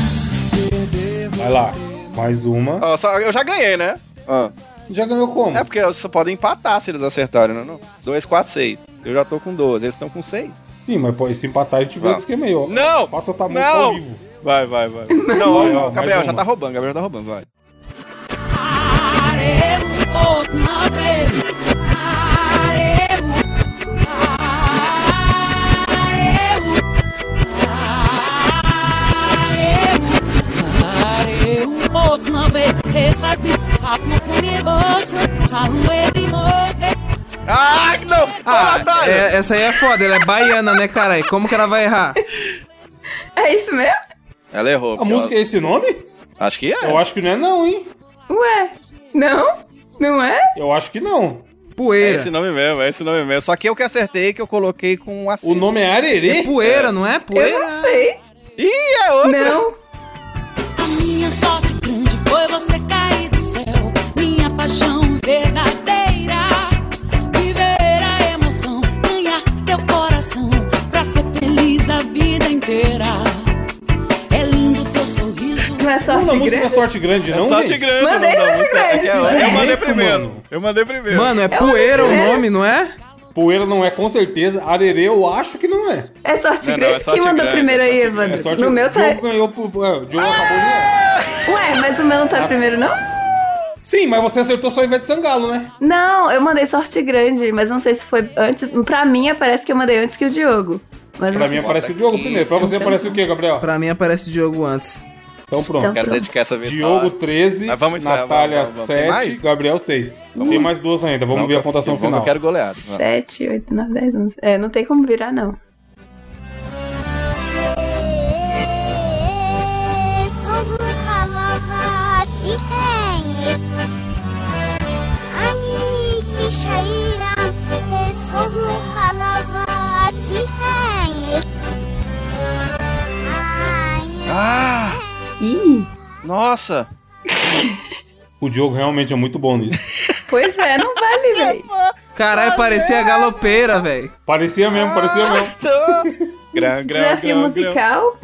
Speaker 8: Perder
Speaker 4: Vai lá. Mais uma.
Speaker 3: Ó, só- eu já ganhei, né? Ó.
Speaker 4: Já ganhou como?
Speaker 3: É porque vocês podem empatar se eles acertarem, né? não? não? 2, 4, 6. Eu já tô com 12, eles estão com 6.
Speaker 4: Sim, mas pô, se empatar a gente vê
Speaker 3: Vai.
Speaker 4: o esquema aí, ó.
Speaker 3: Não!
Speaker 4: Passa outra música
Speaker 3: Não!
Speaker 4: ao vivo.
Speaker 3: Vai, vai, vai. Não,
Speaker 4: Vai,
Speaker 3: ó,
Speaker 4: ó,
Speaker 3: Gabriel
Speaker 4: mais
Speaker 3: já
Speaker 4: uma.
Speaker 3: tá roubando, Gabriel já tá roubando, vai. Ah, que não! Ah, Natália!
Speaker 6: é- essa aí é foda, ela é baiana, né, caralho? Como que ela vai errar?
Speaker 5: É isso mesmo?
Speaker 3: Ela errou.
Speaker 4: A
Speaker 3: porque
Speaker 4: música é esse nome?
Speaker 3: ela- Acho que é.
Speaker 4: Eu acho que não é não, hein?
Speaker 5: Ué, não? Não é?
Speaker 4: Eu acho que não.
Speaker 3: É
Speaker 6: Poeira.
Speaker 3: esse nome mesmo, é esse nome mesmo. Só que eu que acertei que eu coloquei com um
Speaker 4: O
Speaker 3: acento.
Speaker 4: nome é
Speaker 6: É
Speaker 4: Arerê?
Speaker 6: poeira, não é? Poeira.
Speaker 5: Eu não sei.
Speaker 3: Ih, é outro!
Speaker 5: Não.
Speaker 7: A minha sorte grande foi você cair do céu. Minha paixão verdadeira. Viver a emoção, ganhar teu coração. Pra ser feliz a vida inteira. É lindo teu sorriso.
Speaker 5: Não é
Speaker 4: Não, na
Speaker 5: sorte
Speaker 4: música não é
Speaker 5: grande.
Speaker 4: sorte grande, não,
Speaker 3: É sorte
Speaker 4: gente?
Speaker 3: grande,
Speaker 5: Mandei
Speaker 3: não, não,
Speaker 5: sorte
Speaker 3: não,
Speaker 5: grande.
Speaker 3: é aquela- Eu mandei
Speaker 4: Jeito,
Speaker 3: primeiro.
Speaker 4: mano.
Speaker 3: Eu mandei primeiro.
Speaker 6: Mano, é
Speaker 5: Eu não
Speaker 6: poeira o
Speaker 5: sei.
Speaker 6: nome, não é?
Speaker 4: Poeira não é, com certeza. Arerê eu acho que não é.
Speaker 5: É sorte
Speaker 3: Não, não, é
Speaker 5: grande.
Speaker 3: sorte
Speaker 5: Quem mandou
Speaker 3: grande,
Speaker 5: primeiro
Speaker 3: é
Speaker 5: aí,
Speaker 3: sorte grande,
Speaker 5: Evandro?
Speaker 4: É sorte
Speaker 5: no meu tá.
Speaker 4: O Diogo ganhou pro... é, o Diogo acabou de ganhar.
Speaker 5: Ué, mas o meu não
Speaker 3: Ah.
Speaker 5: tá primeiro, não?
Speaker 4: Sim, mas você acertou só Ivete Sangalo, né?
Speaker 5: Não, eu mandei sorte grande, mas não sei se foi antes. Pra mim, parece que eu mandei antes que o Diogo. Mas
Speaker 4: Pra mim
Speaker 3: é
Speaker 4: aparece o Diogo primeiro. Pra
Speaker 5: então
Speaker 4: você aparece o quê, Gabriel?
Speaker 6: Pra mim aparece o Diogo antes.
Speaker 4: Então pronto.
Speaker 5: tá Então,
Speaker 3: Quero
Speaker 5: Pronto.
Speaker 3: dedicar essa vitória.
Speaker 4: Diogo 13,
Speaker 3: Mas vamos encerrar,
Speaker 4: Natália
Speaker 3: vamos, vamos, vamos. Tem
Speaker 4: 7,
Speaker 3: mais?
Speaker 4: Gabriel 6. Tem mais duas ainda, vamos
Speaker 3: Não,
Speaker 4: ver
Speaker 3: que
Speaker 4: a
Speaker 3: eu- que
Speaker 4: pontuação
Speaker 3: eu vou,
Speaker 4: final.
Speaker 3: que Eu quero goleado. Vai.
Speaker 5: 7, 8, 9, 10, 11. É, não tem como virar, não.
Speaker 3: Ah,
Speaker 5: Ih,
Speaker 3: nossa!
Speaker 4: O Diogo realmente é muito bom
Speaker 3: [laughs]
Speaker 4: nisso.
Speaker 5: pois é, não vale, velho.
Speaker 6: Caralho, parecia a galopeira, velho.
Speaker 4: Parecia
Speaker 3: [laughs]
Speaker 4: mesmo, parecia mesmo.
Speaker 3: Gran, gran,
Speaker 5: Desafio
Speaker 3: gran,
Speaker 5: musical.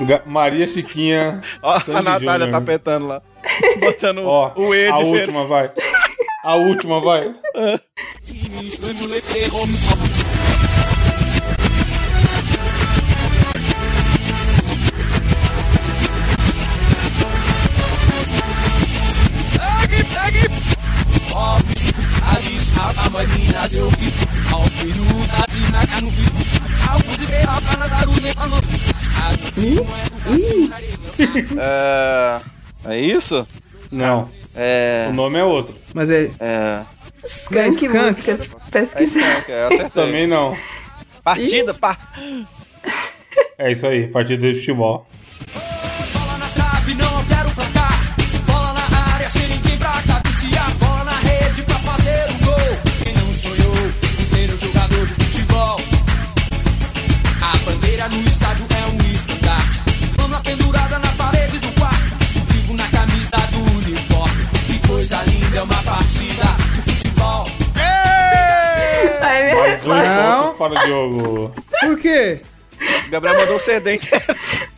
Speaker 4: Ga- Maria Chiquinha.
Speaker 3: Ó, a
Speaker 4: Tandy
Speaker 3: Natália
Speaker 4: Júnior.
Speaker 3: tá apertando
Speaker 4: [laughs]
Speaker 3: lá. Botando
Speaker 4: né? Ó,
Speaker 3: o E é
Speaker 4: a
Speaker 3: de fer-
Speaker 4: última vai. A última vai.
Speaker 3: É... É isso?
Speaker 4: Não,
Speaker 3: É.
Speaker 4: o nome é outro.
Speaker 6: Mas é.
Speaker 3: É.
Speaker 6: Não é
Speaker 5: Skank
Speaker 6: skunk.
Speaker 5: músicas.
Speaker 3: É isso
Speaker 5: Pesquisar.
Speaker 3: mesmo, que eu acertei.
Speaker 4: Também não.
Speaker 3: Partida, pá.
Speaker 4: É isso aí, partida de futebol.
Speaker 8: Bola na trave, não altera o placar. Bola na área, sem ninguém pra cabecear. Bola na rede pra fazer um gol. Quem não sonhou em ser um jogador de futebol? A bandeira no estádio é um estandarte. Vamos lá pendurada na parede do quarto. Distintivo na camisa do uniforme. Que coisa linda é uma partida de futebol.
Speaker 5: Ai, minha
Speaker 4: Dois
Speaker 5: resposta.
Speaker 6: Não.
Speaker 4: pontos para o Diogo.
Speaker 6: Por quê?
Speaker 3: um [laughs] O Gabriel mandou o CD inteiro.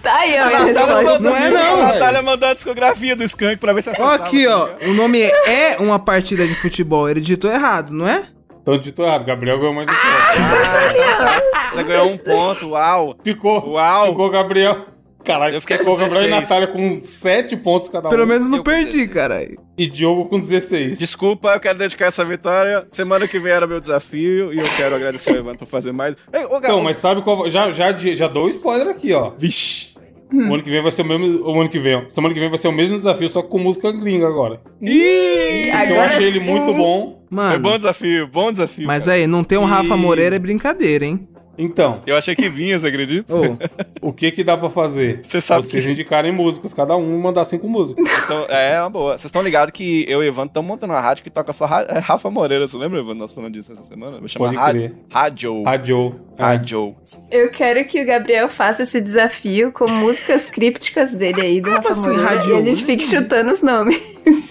Speaker 5: Tá aí, ó, minha resposta.
Speaker 6: Não é não,
Speaker 3: A
Speaker 6: velho.
Speaker 3: Natália mandou a discografia do Skank pra ver se
Speaker 6: Ó,
Speaker 3: acertava.
Speaker 6: aqui, ó. O nome é, é uma partida de futebol. Ele ditou errado, não é?
Speaker 4: Então ditou errado, Gabriel ganhou mais um
Speaker 3: Ah!
Speaker 4: ponto.
Speaker 3: Você ganhou um ponto, uau.
Speaker 4: Ficou.
Speaker 3: Uau.
Speaker 4: Ficou Gabriel. Caralho,
Speaker 3: Eu fiquei com
Speaker 4: ficou Gabriel e
Speaker 3: 16.
Speaker 4: Natália com 7 pontos cada um.
Speaker 6: Pelo menos não
Speaker 3: eu
Speaker 6: perdi, caralho.
Speaker 4: E Diogo com 16.
Speaker 3: Desculpa, eu quero dedicar essa vitória. Semana que vem era meu desafio e eu quero agradecer o Evandro por fazer mais. Ei, ô,
Speaker 4: Então,
Speaker 3: Gal,
Speaker 4: mas sabe qual. Já, já, já dou spoiler aqui, ó.
Speaker 3: Vixe.
Speaker 6: Hum.
Speaker 4: O ano que vem vai ser o mesmo. O ano que vem, ó. Semana que vem vai ser o mesmo desafio, só que com música gringa agora.
Speaker 3: Ih,
Speaker 4: eu achei ele muito bom.
Speaker 3: Foi bom
Speaker 6: Mano,
Speaker 3: desafio, bom desafio.
Speaker 6: mas
Speaker 3: cara.
Speaker 6: aí, não ter um Rafa
Speaker 4: E-
Speaker 6: Moreira é brincadeira, hein?
Speaker 4: Então,
Speaker 3: Eu achei que vinha, você
Speaker 6: [laughs]
Speaker 3: acredita?
Speaker 6: Ô,
Speaker 4: o que que dá pra fazer?
Speaker 3: Você sabe
Speaker 4: Vocês
Speaker 3: que-
Speaker 4: indicarem músicas, cada um mandar cinco músicas.
Speaker 3: Vocês tão- é, uma boa. Vocês estão ligados que eu e o Evandro estão montando uma rádio que toca só Ra- é Rafa Moreira. Você lembra, Evandro? Nós falando disso essa semana? Vou chamar
Speaker 4: Pode
Speaker 3: Ra-
Speaker 4: crer. é.
Speaker 3: Rádio.
Speaker 4: Rádio.
Speaker 3: Rádio.
Speaker 5: Eu quero que o Gabriel faça esse desafio com músicas crípticas dele aí, do Rafa
Speaker 6: assim,
Speaker 5: Moreira,
Speaker 6: radio?
Speaker 5: e a gente fique chutando os nomes.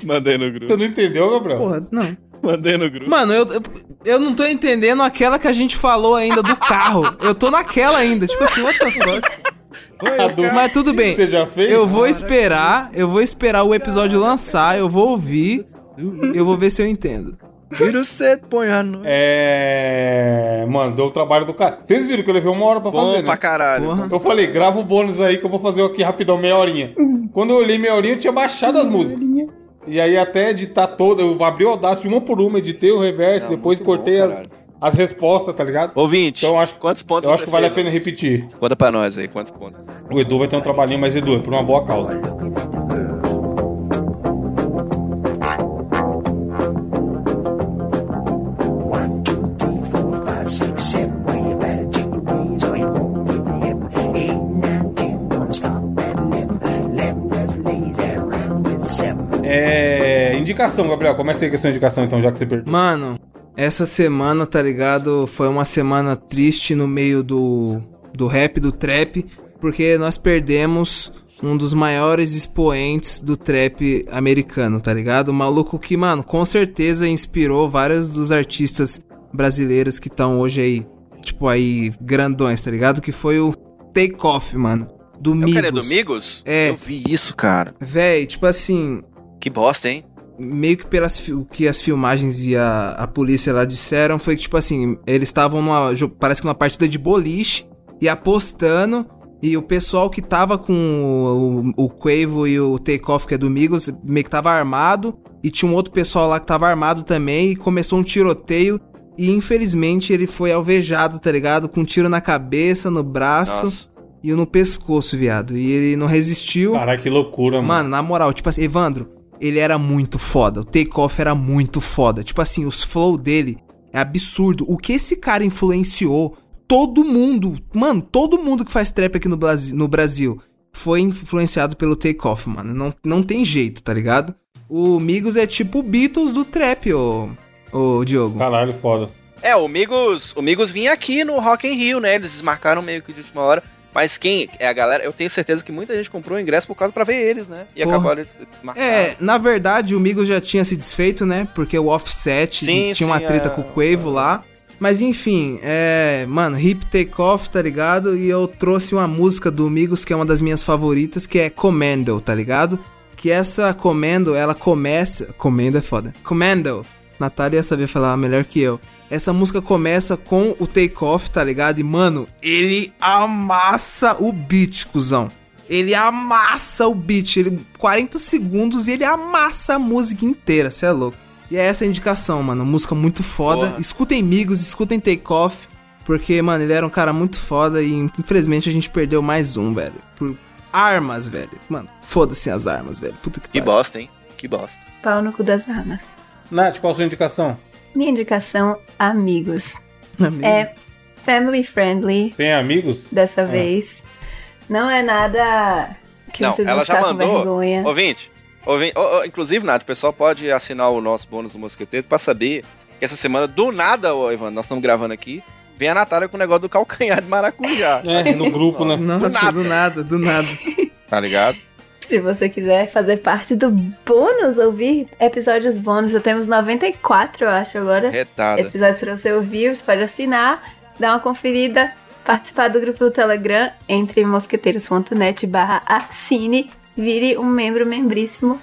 Speaker 3: Mandei no
Speaker 4: Tu
Speaker 3: grupo.
Speaker 4: não entendeu, Gabriel?
Speaker 6: porra, não.
Speaker 3: Mandei no grupo.
Speaker 6: Mano, eu, eu, eu não tô entendendo aquela que a gente falou ainda do carro. Eu tô naquela ainda. Tipo assim, what the fuck?
Speaker 4: A do-
Speaker 6: Mas tudo bem.
Speaker 4: Você já fez?
Speaker 6: Eu vou esperar, eu vou esperar o episódio lançar, eu vou ouvir, eu vou ver se eu entendo.
Speaker 3: Vira o cedo, põe a noite.
Speaker 4: É. Mano, deu o trabalho do cara. Vocês viram que eu levei uma hora pra
Speaker 3: Bom
Speaker 4: fazer,
Speaker 3: pra
Speaker 4: né?
Speaker 3: caralho.
Speaker 6: Porra.
Speaker 4: Eu falei, grava o bônus aí que eu vou fazer aqui rapidão, meia horinha. Quando eu olhei meia horinha, eu tinha baixado as músicas. E aí até editar toda, eu abri o Audacity uma por uma, editei o reverso,
Speaker 3: Não,
Speaker 4: depois
Speaker 3: muito bom,
Speaker 4: cortei as,
Speaker 3: caralho.
Speaker 4: as respostas, tá ligado?
Speaker 3: Ouvinte,
Speaker 4: Então eu acho,
Speaker 3: quantos pontos
Speaker 4: eu
Speaker 3: você
Speaker 4: acho que vale
Speaker 3: fez,
Speaker 4: a pena repetir.
Speaker 3: Conta pra nós aí, quantos pontos?
Speaker 4: O Edu vai ter um trabalhinho, mas Edu, é por uma boa causa. É. Indicação, Gabriel. Começa aí com a sua indicação, então, já que você perdeu.
Speaker 6: Mano, essa semana, tá ligado? Foi uma semana triste no meio do, do rap, do trap, porque nós perdemos um dos maiores expoentes do trap americano, tá ligado? O maluco que, mano, com certeza inspirou vários dos artistas brasileiros que estão hoje aí, tipo, aí grandões, tá ligado? Que foi o Take Off, mano. Do
Speaker 3: É o cara do
Speaker 6: Migos.
Speaker 3: Migos?
Speaker 6: É.
Speaker 3: Eu vi isso, cara.
Speaker 6: Véi, tipo assim,
Speaker 3: Que bosta, hein?
Speaker 6: meio que pelas fi- o que as filmagens e a, a polícia lá disseram foi que tipo assim eles estavam numa jo- parece que numa partida de boliche e apostando e o pessoal que tava com o, o, o Quavo e o Takeoff que é do Migos meio que tava armado e tinha um outro pessoal lá que tava armado também e começou um tiroteio e infelizmente ele foi alvejado tá ligado com um tiro na cabeça no braço e no pescoço viado e ele não resistiu
Speaker 4: Caralho, que loucura, mano.
Speaker 6: Mano, na moral, tipo assim, Evandro, ele era muito foda. O Takeoff era muito foda. Tipo assim, os flow dele é absurdo. O que esse cara influenciou todo mundo, mano, todo mundo que faz trap aqui no, Blasi- no Brasil foi influenciado pelo Takeoff, mano. Não, não tem jeito, tá ligado? O Migos é tipo o Beatles do trap, ô, ô Diogo.
Speaker 4: Caralho, foda.
Speaker 3: É, o Migos, o Migos vinha aqui no Rock in Rio, né? Eles desmarcaram meio que de última hora. Mas quem é a galera? Eu tenho certeza que muita gente comprou o ingresso por causa pra ver eles, né? E
Speaker 6: Porra.
Speaker 3: acabaram de marcar.
Speaker 6: É, na verdade o Migos já tinha se desfeito, né? Porque o Offset
Speaker 3: Sim,
Speaker 6: tinha uma
Speaker 3: sim,
Speaker 6: treta
Speaker 3: é.
Speaker 6: com o Quavo lá. Mas enfim, é. Mano, hip take off, tá ligado? E eu trouxe uma música do Migos que é uma das minhas favoritas, que é Commando, tá ligado? Que essa Commando, ela começa. Commando é foda. Commando. Natália ia saber falar melhor que eu. Essa música começa com o take off, tá ligado? E, mano, ele amassa o beat, cuzão. Ele amassa o beat, ele 40 segundos e ele amassa a música inteira, cê é louco. E é essa a indicação, mano, música muito foda.
Speaker 3: Porra.
Speaker 6: Escutem Migos, escutem Take Off, porque, mano, ele era um cara muito foda e infelizmente a gente perdeu mais um, velho. Por armas, velho. Mano, foda-se as armas, velho. Puta que,
Speaker 3: Que
Speaker 6: pariu.
Speaker 3: bosta, hein? Que bosta.
Speaker 5: [laughs] Pau no cu das armas.
Speaker 4: Nath, qual a sua indicação?
Speaker 5: Minha indicação, amigos.
Speaker 6: [laughs] Amigos.
Speaker 5: É family friendly
Speaker 4: Tem amigos?
Speaker 3: É.
Speaker 5: dessa vez. Não é nada que
Speaker 3: Não,
Speaker 5: vocês vão
Speaker 3: ela já
Speaker 5: ficar com
Speaker 3: mandou.
Speaker 4: É.
Speaker 5: vergonha.
Speaker 3: Ouvinte, ouvinte ô, ô, inclusive, Nath, o pessoal pode assinar o nosso bônus do Mosqueteiro pra saber que essa semana, do nada, ô, Ivan, nós estamos gravando aqui, vem a Natália com o negócio do calcanhar de maracujá.
Speaker 4: [laughs] É, no
Speaker 3: Tipo,
Speaker 4: grupo, né?
Speaker 6: Nossa, do nada,
Speaker 5: [laughs]
Speaker 6: do nada.
Speaker 3: tá ligado?
Speaker 5: Se você quiser fazer parte do bônus, ouvir episódios bônus, já temos 94, eu acho, agora.
Speaker 3: Retada.
Speaker 5: Episódios pra você ouvir, você pode assinar, dar uma conferida. participar do grupo do Telegram entre mosqueteiros.net barra assine, vire um membro membríssimo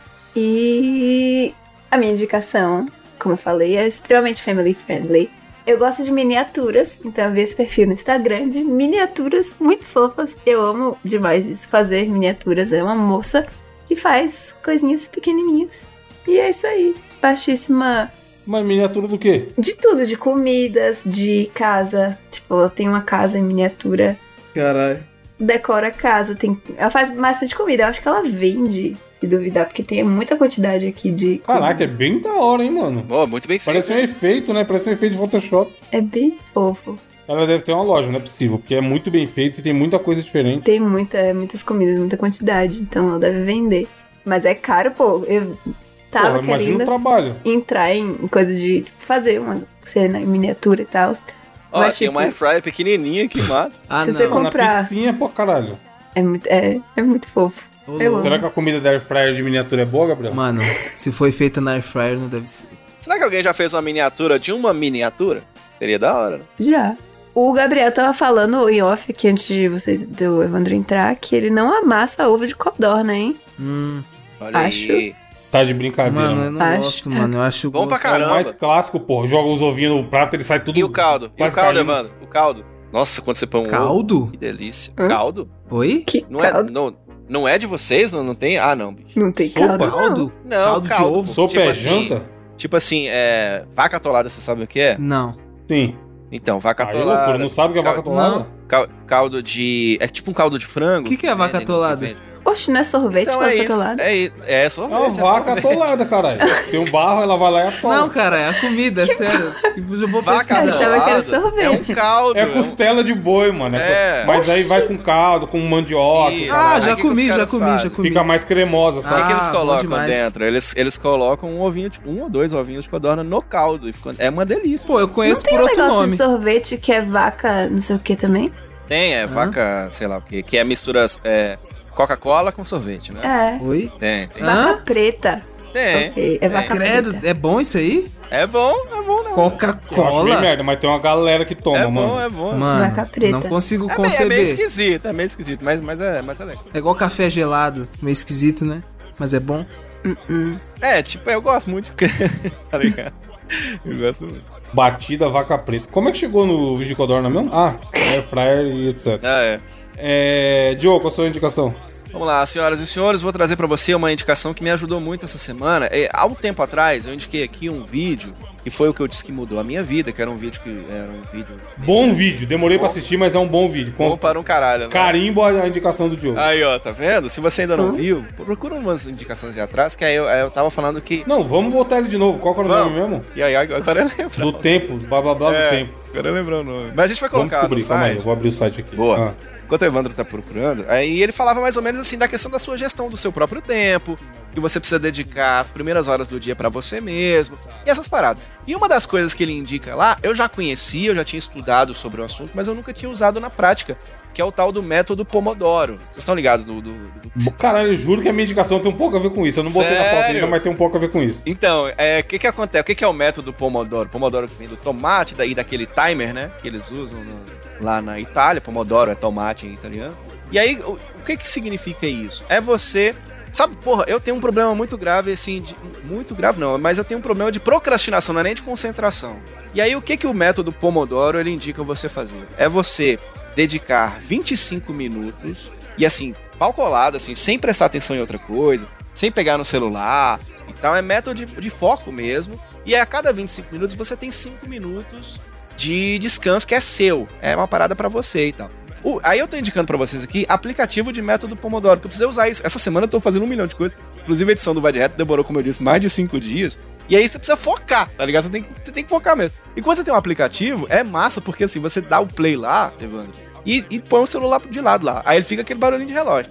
Speaker 5: e a minha indicação, como eu falei, é extremamente family friendly. Eu gosto de miniaturas, então eu vi esse perfil no Instagram de miniaturas muito fofas. Eu amo demais isso, fazer miniaturas. É uma moça que faz coisinhas pequenininhas. E é isso aí. Baixíssima
Speaker 4: Mas miniatura do quê?
Speaker 5: de tudo, de comidas, de casa. Tipo, ela tem uma casa em miniatura,
Speaker 6: Caralho.
Speaker 5: decora a casa, tem. Ela faz bastante comida. Eu acho que ela vende, se duvidar, porque tem muita quantidade aqui de.
Speaker 4: Caraca, é bem da hora, hein, mano?
Speaker 3: Ó, muito bem feito.
Speaker 4: Parece um efeito, né? Parece um efeito de Photoshop.
Speaker 5: É bem fofo.
Speaker 4: Ela deve ter uma loja, não é possível, porque é muito bem feito e tem muita coisa diferente.
Speaker 5: Tem muita, muitas comidas, muita quantidade, então ela deve vender. Mas é caro, pô. Eu tava
Speaker 4: Porra, imagina o
Speaker 5: querendo
Speaker 4: trabalho.
Speaker 5: entrar em coisa de tipo, fazer uma cena em miniatura e tal.
Speaker 3: Ó,
Speaker 4: um
Speaker 5: Mas,
Speaker 3: tem
Speaker 5: tipo,
Speaker 3: uma airfryer pequenininha, que massa.
Speaker 5: Se
Speaker 6: Ah, não.
Speaker 5: você
Speaker 4: Não, na
Speaker 5: comprar-
Speaker 4: pizzinha, pô, caralho.
Speaker 5: é muito, é, é muito fofo.
Speaker 6: Ô,
Speaker 5: Eu
Speaker 6: louco.
Speaker 5: amo.
Speaker 4: Será que a comida da Air Fryer de miniatura é boa, Gabriel?
Speaker 6: Mano, se foi feita na air fryer, não deve ser.
Speaker 3: Será que alguém já fez uma miniatura de uma miniatura? Seria da hora, né?
Speaker 5: Já. O Gabriel tava falando em off aqui antes de vocês do Evandro entrar que ele não amassa ovo de codorna, hein?
Speaker 6: Hum,
Speaker 3: Olha
Speaker 5: Acho.
Speaker 3: aí.
Speaker 4: Tá de brincadeira.
Speaker 6: mano, eu
Speaker 4: mano.
Speaker 6: não
Speaker 5: Acho-
Speaker 6: gosto, mano. Eu acho
Speaker 3: Bom pra
Speaker 6: gosto-
Speaker 4: É o
Speaker 3: caramba.
Speaker 4: mais clássico, pô. Joga os ovinhos no prato, ele sai tudo.
Speaker 3: E o caldo? E o
Speaker 4: Quase
Speaker 3: caldo,
Speaker 4: caindo.
Speaker 3: Evandro? O caldo? Nossa, quando você põe um ovo,
Speaker 6: Caldo?
Speaker 3: Que delícia.
Speaker 5: Hã?
Speaker 3: Caldo?
Speaker 6: Oi?
Speaker 5: Que
Speaker 3: Não é,
Speaker 5: caldo.
Speaker 3: não, não é de vocês? Não, não tem? Ah, não, bicho.
Speaker 5: Não tem
Speaker 4: Sopa?
Speaker 5: caldo, não.
Speaker 6: Caldo?
Speaker 3: Não,
Speaker 6: Caldo de
Speaker 3: caldo.
Speaker 6: ovo?
Speaker 4: Sopa
Speaker 3: tipo
Speaker 4: é
Speaker 3: assim,
Speaker 4: janta?
Speaker 3: Tipo assim, é. Vaca atolada, você sabe o que é?
Speaker 6: Não.
Speaker 4: Sim.
Speaker 3: Então, vaca
Speaker 4: Aí, loucura,
Speaker 6: né?
Speaker 3: atolada.
Speaker 4: não sabe o que é
Speaker 3: Cal-
Speaker 4: vaca atolada?
Speaker 3: cal- caldo de. É tipo um caldo de frango?
Speaker 6: O que que é vaca
Speaker 3: Vendem,
Speaker 6: atolada?
Speaker 3: vendem.
Speaker 5: Oxe, não é sorvete
Speaker 3: Então
Speaker 5: caldo pra
Speaker 3: é isso.
Speaker 5: lado?
Speaker 3: É, i- é
Speaker 4: É uma
Speaker 3: sorvete. é
Speaker 4: vaca
Speaker 3: sorvete. [laughs]
Speaker 4: atolada, caralho. Tem um barro, ela vai lá e atola.
Speaker 6: Não, cara, é a comida,
Speaker 5: [laughs]
Speaker 6: é sério. Eu vou
Speaker 3: Vaca
Speaker 5: Eu
Speaker 6: pesquisar.
Speaker 5: achava que era
Speaker 3: atolada É um
Speaker 5: sorvete.
Speaker 3: caldo.
Speaker 4: É
Speaker 3: um-
Speaker 4: costela de boi, mano.
Speaker 3: É.
Speaker 4: Mas aí vai com caldo, com
Speaker 6: Ah, já
Speaker 3: Isso. Aí o
Speaker 4: mandioca. caralho.
Speaker 3: é que que
Speaker 6: comi,
Speaker 3: os
Speaker 6: já
Speaker 3: caras
Speaker 6: comi, já
Speaker 3: fazem?
Speaker 6: comi.
Speaker 4: Fica mais cremosa,
Speaker 3: O é que,
Speaker 4: sabe?
Speaker 3: que eles
Speaker 6: Ah, bom
Speaker 3: colocam
Speaker 6: demais.
Speaker 3: dentro? Eles, eles colocam um ovinho, de- um ou dois ovinhos de codorna no caldo. E ficou- é uma delícia.
Speaker 6: Pô, eu
Speaker 5: Não
Speaker 6: conheço
Speaker 5: tem
Speaker 6: por
Speaker 5: um
Speaker 6: outro
Speaker 5: negócio de
Speaker 6: nome.
Speaker 5: sorvete que é vaca, não sei o que também?
Speaker 3: Tem, é vaca, sei lá o que, que é mistura é, Coca-Cola com sorvete, né?
Speaker 5: É.
Speaker 6: Oi?
Speaker 3: Tem, tem.
Speaker 6: Hã?
Speaker 5: Vaca preta.
Speaker 3: Tem.
Speaker 5: Ok, é vaca
Speaker 6: Credo,
Speaker 5: preta.
Speaker 6: é bom isso aí?
Speaker 3: É bom, é bom, não.
Speaker 4: Eu acho bem
Speaker 6: Coca-Cola?
Speaker 4: merda, mas tem uma galera que toma,
Speaker 3: É bom,
Speaker 4: mano.
Speaker 3: é bom.
Speaker 6: Mano,
Speaker 5: Vaca preta.
Speaker 6: não consigo
Speaker 3: É meio, é meio
Speaker 6: conceber.
Speaker 3: esquisito, é meio esquisito, mas, mas, é, mas é legal.
Speaker 6: É igual café gelado, meio esquisito, né? Mas é bom.
Speaker 3: É, tipo, eu gosto muito, porque- [laughs] tá ligado? Eu gosto muito.
Speaker 4: Batida, vaca preta. Como é que chegou no vídeo de codorna mesmo? Ah, air fryer e etc.
Speaker 3: Ah, é.
Speaker 4: É, Diogo, qual a sua indicação?
Speaker 3: Vamos lá, senhoras e senhores, vou trazer pra você uma indicação que me ajudou muito essa semana. É, há um tempo atrás, eu indiquei aqui um vídeo, que foi o que eu disse que mudou a minha vida, que era um vídeo que era um vídeo
Speaker 4: Bom vídeo. Demorei pra assistir, mas é um bom vídeo.
Speaker 3: bom
Speaker 4: Com
Speaker 3: para um caralho. né?
Speaker 4: carimbo a indicação do Diogo.
Speaker 3: Aí, ó, tá vendo? Se você ainda
Speaker 4: Uhum.
Speaker 3: não viu, procura umas indicações aí atrás, que aí eu, aí eu tava falando que.
Speaker 4: Não, vamos botar ele de novo. Qual que era o nome
Speaker 3: Vamos.
Speaker 4: mesmo?
Speaker 3: E aí, agora eu lembro.
Speaker 4: Do tempo, blá blá blá
Speaker 3: É,
Speaker 4: do tempo.
Speaker 3: Agora eu lembro o nome. Mas a gente vai
Speaker 4: Vamos
Speaker 3: colocar no
Speaker 4: descobrir, calma aí.
Speaker 3: site.
Speaker 4: Eu vou abrir o site aqui.
Speaker 3: Boa.
Speaker 4: Ah.
Speaker 3: Enquanto o Evandro tá procurando, aí ele falava mais ou menos assim da questão da sua gestão do seu próprio tempo, que você precisa dedicar as primeiras horas do dia pra você mesmo, e essas paradas. E uma das coisas que ele indica lá, eu já conhecia, eu já tinha estudado sobre o assunto, mas eu nunca tinha usado na prática, que é o tal do método Pomodoro. Vocês estão ligados do, do, do que se
Speaker 4: Caralho, eu juro que a minha indicação tem um pouco a ver com isso. Eu não botei na pauta
Speaker 3: Sério?
Speaker 4: ainda, mas tem um pouco a ver com isso.
Speaker 3: Então, é, o que que acontece? O que que é o método Pomodoro? Pomodoro que vem do tomate daí daquele timer, né? Que eles usam no- lá na Itália. Pomodoro é tomate em italiano. E aí, o, o que que significa isso? É você... Sabe, porra, eu tenho um problema muito grave, assim, de- muito grave não, mas eu tenho um problema de procrastinação, não é nem de concentração. E aí, o que que o método Pomodoro, ele indica você fazer? É você dedicar 25 minutos e, assim, pau colado, assim, sem prestar atenção em outra coisa, sem pegar no celular, então é método de, de foco mesmo. E é a cada 25 minutos você tem 5 minutos de descanso que é seu. É uma parada pra você e tal. O- aí eu tô indicando pra vocês aqui aplicativo de método Pomodoro, que eu precisei usar isso. Essa semana eu tô fazendo um milhão de coisas. Inclusive a edição do Vai Direto demorou, como eu disse, mais de 5 dias. E aí você precisa focar, tá ligado? Você tem, você tem que focar mesmo. E quando você tem um aplicativo, é massa, porque assim, você dá o play lá, Evandro, e, e põe o celular de lado lá. Aí ele fica aquele barulhinho de relógio.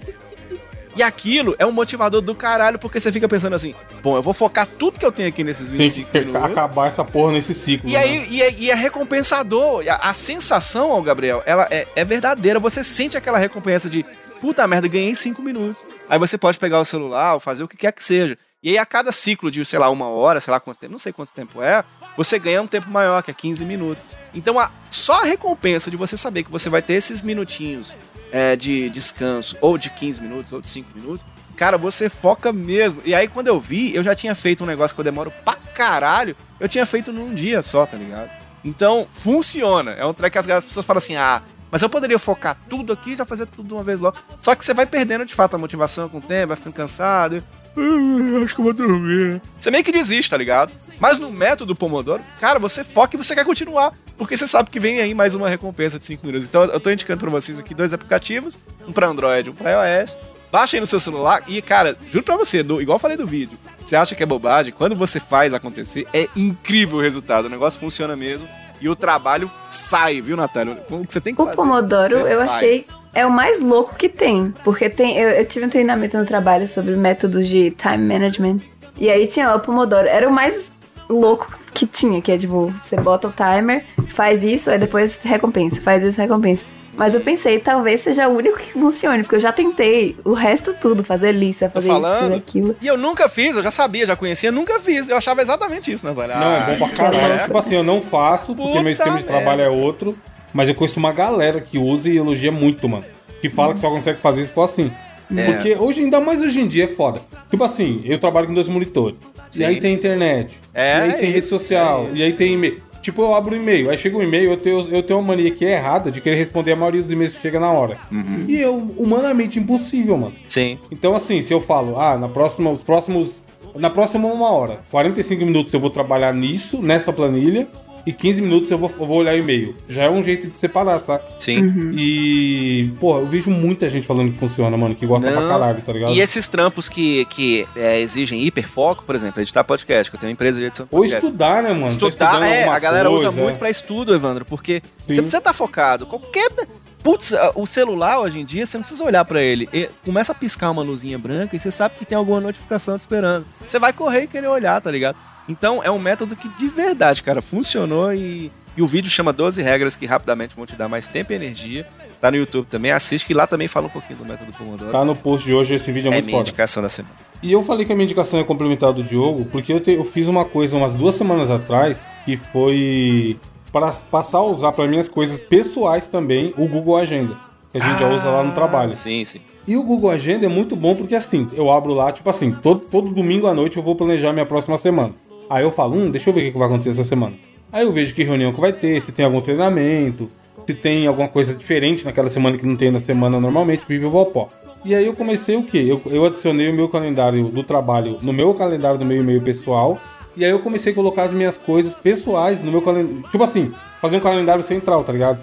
Speaker 3: E aquilo é um motivador do caralho, porque você fica pensando assim, bom, eu vou focar tudo que eu tenho aqui nesses
Speaker 4: Tem que
Speaker 3: 25
Speaker 4: pe-
Speaker 3: minutos.
Speaker 4: acabar essa porra nesse ciclo.
Speaker 3: E
Speaker 4: né?
Speaker 3: aí, e é, e é recompensador. E A, a sensação, ó, Gabriel, ela é, é verdadeira. Você sente aquela recompensa de puta merda, ganhei cinco minutos. Aí você pode pegar o celular ou fazer o que quer que seja. E aí, a cada ciclo de, sei lá, uma hora, sei lá quanto tempo, não sei quanto tempo é, você ganha um tempo maior, que é 15 minutos. Então, a- só a recompensa de você saber que você vai ter esses minutinhos é, de descanso, ou de 15 minutos, ou de 5 minutos, cara, você foca mesmo. E aí, quando eu vi, eu já tinha feito um negócio que eu demoro pra caralho, eu tinha feito num dia só, tá ligado? Então, funciona. É um track que as as pessoas falam assim, ah, mas eu poderia focar tudo aqui e já fazer tudo de uma vez logo. Só que você vai perdendo, de fato, a motivação com o tempo, vai ficando cansado. "Ah, Acho que eu vou dormir. Você meio que desiste, tá ligado? Mas no método Pomodoro, cara, você foca e você quer continuar. Porque você sabe que vem aí mais uma recompensa de 5 minutos. Então eu tô indicando pra vocês aqui dois aplicativos, um pra Android e um pra iOS. Baixa aí no seu celular e, cara, juro pra você, do- igual eu falei do vídeo, você acha que é bobagem, quando você faz acontecer, é incrível o resultado. O negócio funciona mesmo e o trabalho sai, viu, Natália? O que você tem que
Speaker 5: O
Speaker 3: fazer,
Speaker 5: Pomodoro
Speaker 3: você
Speaker 5: eu
Speaker 3: faz.
Speaker 5: achei é o mais louco que tem, porque tem eu, eu tive um treinamento no trabalho sobre métodos de time management. E aí tinha lá o Pomodoro, era o mais louco que tinha, que é tipo, você bota o timer, faz isso, aí depois recompensa, faz isso, recompensa. Mas eu pensei, talvez seja o único que funcione, porque eu já tentei o resto tudo, fazer lista, fazer isso,
Speaker 3: Tá falando.
Speaker 5: fazer aquilo.
Speaker 3: E eu nunca fiz, eu já sabia, já conhecia, nunca fiz. Eu achava exatamente isso, Natália.
Speaker 4: Não, é bom pra caralho.
Speaker 3: é.
Speaker 4: Tipo assim, eu não faço, porque
Speaker 3: Puta
Speaker 4: meu esquema de
Speaker 3: merda.
Speaker 4: trabalho é outro. Mas eu conheço uma galera que usa e elogia muito, mano. Que fala que só consegue fazer isso assim.
Speaker 3: É.
Speaker 4: Porque hoje, ainda mais hoje em dia, é foda. Tipo assim, eu trabalho com dois monitores.
Speaker 3: Sim.
Speaker 4: E aí tem internet.
Speaker 3: É,
Speaker 4: e aí tem
Speaker 3: é
Speaker 4: rede social. e aí tem e-mail. Tipo, eu abro o e-mail. Aí chega um e-mail, eu tenho, eu tenho uma mania que é errada de querer responder a maioria dos e-mails que chega na hora.
Speaker 3: Uhum.
Speaker 4: E eu, humanamente impossível, mano.
Speaker 3: Sim.
Speaker 4: Então, assim, se eu falo, ah, na próxima, os próximos. Na próxima uma hora, 45 minutos eu vou trabalhar nisso, nessa planilha, e 15 minutos eu vou, eu vou olhar o e-mail. Já é um jeito de separar, saca?
Speaker 3: Sim.
Speaker 4: Uhum. E, porra, eu vejo muita gente falando que funciona, mano, que gosta
Speaker 3: Não.
Speaker 4: pra caralho, tá ligado?
Speaker 3: E esses trampos que, que é, exigem hiperfoco, por exemplo, editar podcast, que eu tenho uma empresa de edição de
Speaker 4: Ou
Speaker 3: podcast.
Speaker 4: estudar, né, mano? Tá
Speaker 3: Estudar,
Speaker 4: estudando
Speaker 3: é,
Speaker 4: alguma
Speaker 3: a galera usa
Speaker 4: coisa,
Speaker 3: muito
Speaker 4: é.
Speaker 3: pra estudo, Evandro, porque você
Speaker 4: Sim.
Speaker 3: precisa estar focado. Qualquer. Putz, a- o celular hoje em dia, você não precisa olhar pra ele. E começa a piscar uma luzinha branca e você sabe que tem alguma notificação te esperando. Você vai correr e querer olhar, tá ligado? Então é um método que de verdade, cara, funcionou e, e o vídeo chama 12 regras que rapidamente vão te dar mais tempo e energia. Tá no YouTube também, assiste que lá também fala um pouquinho do método Pomodoro.
Speaker 4: Tá no post de hoje, esse vídeo é,
Speaker 3: é
Speaker 4: muito
Speaker 3: minha
Speaker 4: foda.
Speaker 3: indicação da semana.
Speaker 4: E eu falei que a minha indicação é complementar do Diogo, porque eu, te- eu fiz uma coisa umas duas semanas atrás, que foi para passar a usar para minhas coisas pessoais também o Google Agenda, que a gente já usa lá no trabalho.
Speaker 3: Ah, Sim, sim.
Speaker 4: E o Google Agenda é muito bom porque assim, eu abro lá, tipo assim, todo, todo domingo à noite eu vou planejar minha próxima semana. Aí eu falo, hum, deixa eu ver o que que vai acontecer essa semana. Aí eu vejo que reunião que vai ter, se tem algum treinamento, se tem alguma coisa diferente naquela semana que não tem na semana normalmente, pipipopó. E aí eu comecei o quê? Eu, eu adicionei o meu calendário do trabalho no meu calendário do meu e-mail pessoal. E aí eu comecei a colocar as minhas coisas pessoais no meu calendário. Tipo assim, fazer um calendário central, tá ligado?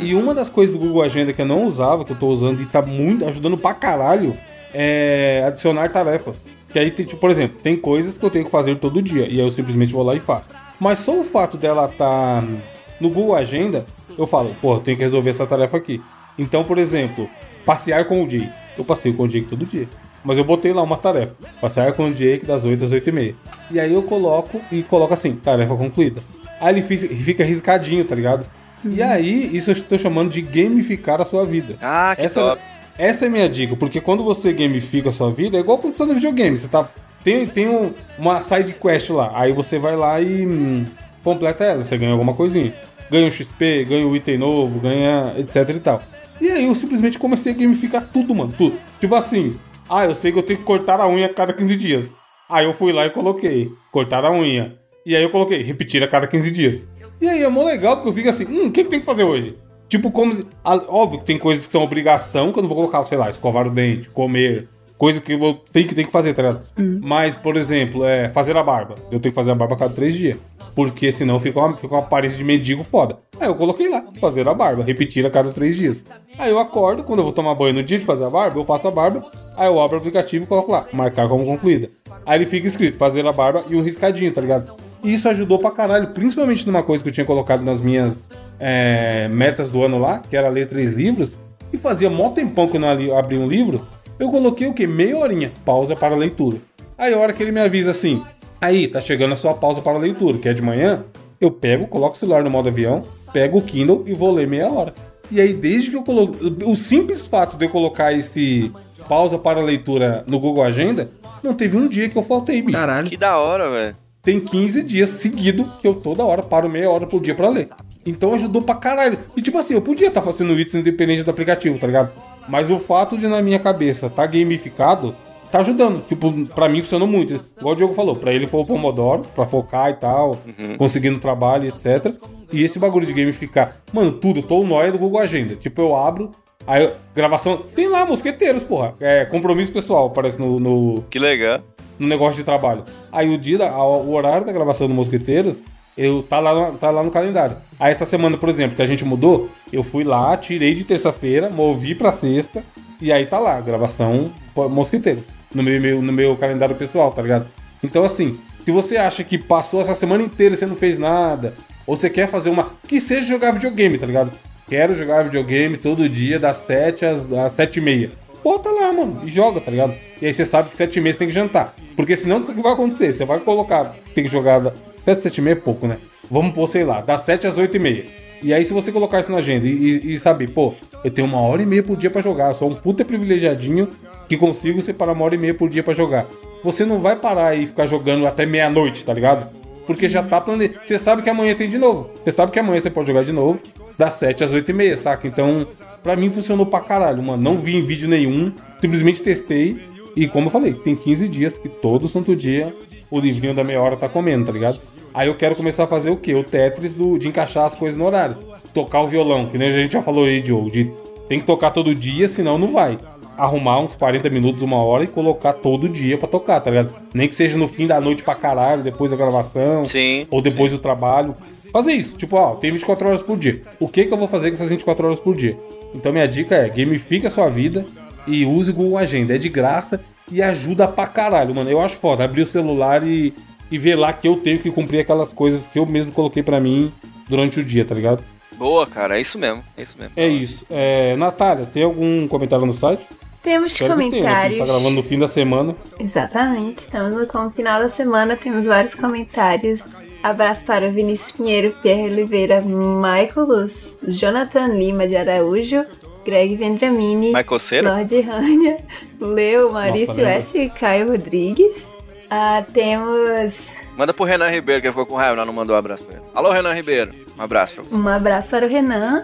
Speaker 4: E uma das coisas do Google Agenda que eu não usava, que eu tô usando e tá muito ajudando pra caralho, é adicionar tarefas. Que aí, tem, tipo, por exemplo, tem coisas que eu tenho que fazer todo dia, e aí eu simplesmente vou lá e faço. Mas só o fato dela tá hum, no Google Agenda, eu falo, pô, eu tenho que resolver essa tarefa aqui. Então, por exemplo, passear com o Jake. Eu passeio com o Jake todo dia. Mas eu botei lá uma tarefa. Passear com o Jake das 8 às 8 e meia. E aí eu coloco e coloco assim, tarefa concluída. Aí ele fi- fica riscadinho, tá ligado? E aí, isso eu estou chamando de gamificar a sua vida.
Speaker 3: Ah, que
Speaker 4: essa,
Speaker 3: top.
Speaker 4: essa é minha dica, porque quando você gamifica a sua vida, é igual quando você tá no videogame. Você tá. Tem, tem um- uma side quest lá. Aí você vai lá e hum, completa ela, você ganha alguma coisinha. Ganha um XP, ganha um item novo, ganha etc e tal. E aí eu simplesmente comecei a gamificar tudo, mano. Tudo. Tipo assim, ah, eu sei que eu tenho que cortar a unha a cada 15 dias. Aí eu fui lá e coloquei, cortar a unha. E aí eu coloquei, repetir a cada 15 dias. E aí é mó legal, porque eu fico assim, hum, o que, que tem que fazer hoje? Tipo, como. se- a- Óbvio que tem coisas que são obrigação, que eu não vou colocar, sei lá, escovar o dente, comer. Coisa que eu sei que tem que fazer, tá ligado? Mas, por exemplo, é fazer a barba. Eu tenho que fazer a barba a cada três dias. Porque senão fica uma, fica uma aparência de mendigo foda. Aí eu coloquei lá, fazer a barba, repetir a cada três dias. Aí eu acordo, quando eu vou tomar banho no dia de fazer a barba, eu faço a barba, aí eu abro o aplicativo e coloco lá, marcar como concluída. Aí ele fica escrito, fazer a barba e um riscadinho, tá ligado? E isso ajudou pra caralho, principalmente numa coisa que eu tinha colocado nas minhas é, metas do ano lá, que era ler três livros, e fazia mó tempão que eu não ali- abri um livro, eu coloquei o quê? Meia horinha, pausa para leitura. Aí a hora que ele me avisa assim, aí, tá chegando a sua pausa para leitura, que é de manhã, eu pego, coloco o celular no modo avião, pego o Kindle e vou ler meia hora. E aí, desde que eu coloquei. O simples fato de eu colocar esse pausa para leitura no Google Agenda, não teve um dia que eu faltei, bicho.
Speaker 6: Caralho.
Speaker 3: Que da hora, velho.
Speaker 4: tem 15 dias seguido que eu toda hora paro meia hora por dia pra ler. Então ajudou pra caralho. E tipo assim, eu podia estar fazendo isso independente do aplicativo, tá ligado? Mas o fato de na minha cabeça tá gamificado, tá ajudando. Tipo, pra mim funcionou muito. Igual o Diogo falou, pra ele foi o Pomodoro, pra focar e tal, conseguindo trabalho, etc. E esse bagulho de gamificar. Mano, tudo, eu tô nóia do Google Agenda. Tipo, eu abro, aí eu- gravação. Tem lá, mosqueteiros, porra. É, compromisso pessoal, aparece no- no,
Speaker 3: Que legal.
Speaker 4: no negócio de trabalho. Aí o dia, da- a- o horário da gravação do Mosqueteiros, eu tá lá, no- tá lá no calendário. Aí essa semana, por exemplo, que a gente mudou, eu fui lá, tirei de terça-feira, movi pra sexta, e aí tá lá, gravação po- Mosqueteiros. No meu, meu- no meu calendário pessoal, tá ligado? Então assim, se você acha que passou essa semana inteira e você não fez nada, ou você quer fazer uma. Que seja jogar videogame, tá ligado? Quero jogar videogame todo dia, das 7 às, às 7 e meia. Bota lá, mano, e joga, tá ligado? E aí você sabe que sete meses tem que jantar. Porque senão o que vai acontecer? Você vai colocar, tem que jogar às- até sete e meia é pouco, né? Vamos pôr, sei lá, das sete às oito e meia. E aí se você colocar isso na agenda e, e, e saber, pô, eu tenho uma hora e meia por dia pra jogar, eu sou um puta privilegiadinho que consigo separar uma hora e meia por dia pra jogar. Você não vai parar e ficar jogando até meia-noite, tá ligado? Porque já tá planejado. Você sabe que amanhã tem de novo. Você sabe que amanhã você pode jogar de novo. Das 7 às 8 e meia, saca? Então, pra mim funcionou pra caralho, mano. Não vi em vídeo nenhum. Simplesmente testei. E como eu falei, tem 15 dias que todo santo dia o livrinho da meia hora tá comendo, tá ligado? Aí eu quero começar a fazer o quê? O Tetris do, de encaixar as coisas no horário. Tocar o violão, que nem a gente já falou aí, Diogo. De, tem que tocar todo dia, senão não vai arrumar uns 40 minutos, uma hora e colocar todo dia pra tocar, tá ligado? Nem que seja no fim da noite pra caralho, depois da gravação,
Speaker 3: Sim,
Speaker 4: ou depois do trabalho. Fazer isso, tipo, ó, tem 24 horas por dia. O que que eu vou fazer com essas 24 horas por dia? Então minha dica é, gamifica a sua vida e use o Google Agenda, é de graça e ajuda pra caralho, mano. Eu acho foda, abrir o celular e, e ver lá que eu tenho que cumprir aquelas coisas que eu mesmo coloquei pra mim durante o dia, tá ligado?
Speaker 3: Boa, cara. É isso mesmo. É isso mesmo.
Speaker 4: É isso. É, Natália, tem algum comentário no site?
Speaker 5: Temos
Speaker 4: Espero que tenha, né? Porque A
Speaker 5: comentários.
Speaker 4: gente tá gravando no fim da semana.
Speaker 5: Exatamente, estamos no como final da semana, temos vários comentários. Abraço para o Vinícius Pinheiro, Pierre Oliveira, Michael Luz, Jonathan Lima de Araújo, Greg Vendramini,
Speaker 3: Mas coceira?
Speaker 5: Lorde Rania, Leo, Maurício
Speaker 4: lembra.
Speaker 5: S e Caio Rodrigues. Ah, temos
Speaker 3: Manda pro Renan Ribeiro, que ficou com raiva, não mandou um abraço pra ele. Alô, Renan Ribeiro. Um abraço pra você.
Speaker 5: um abraço para o Renan.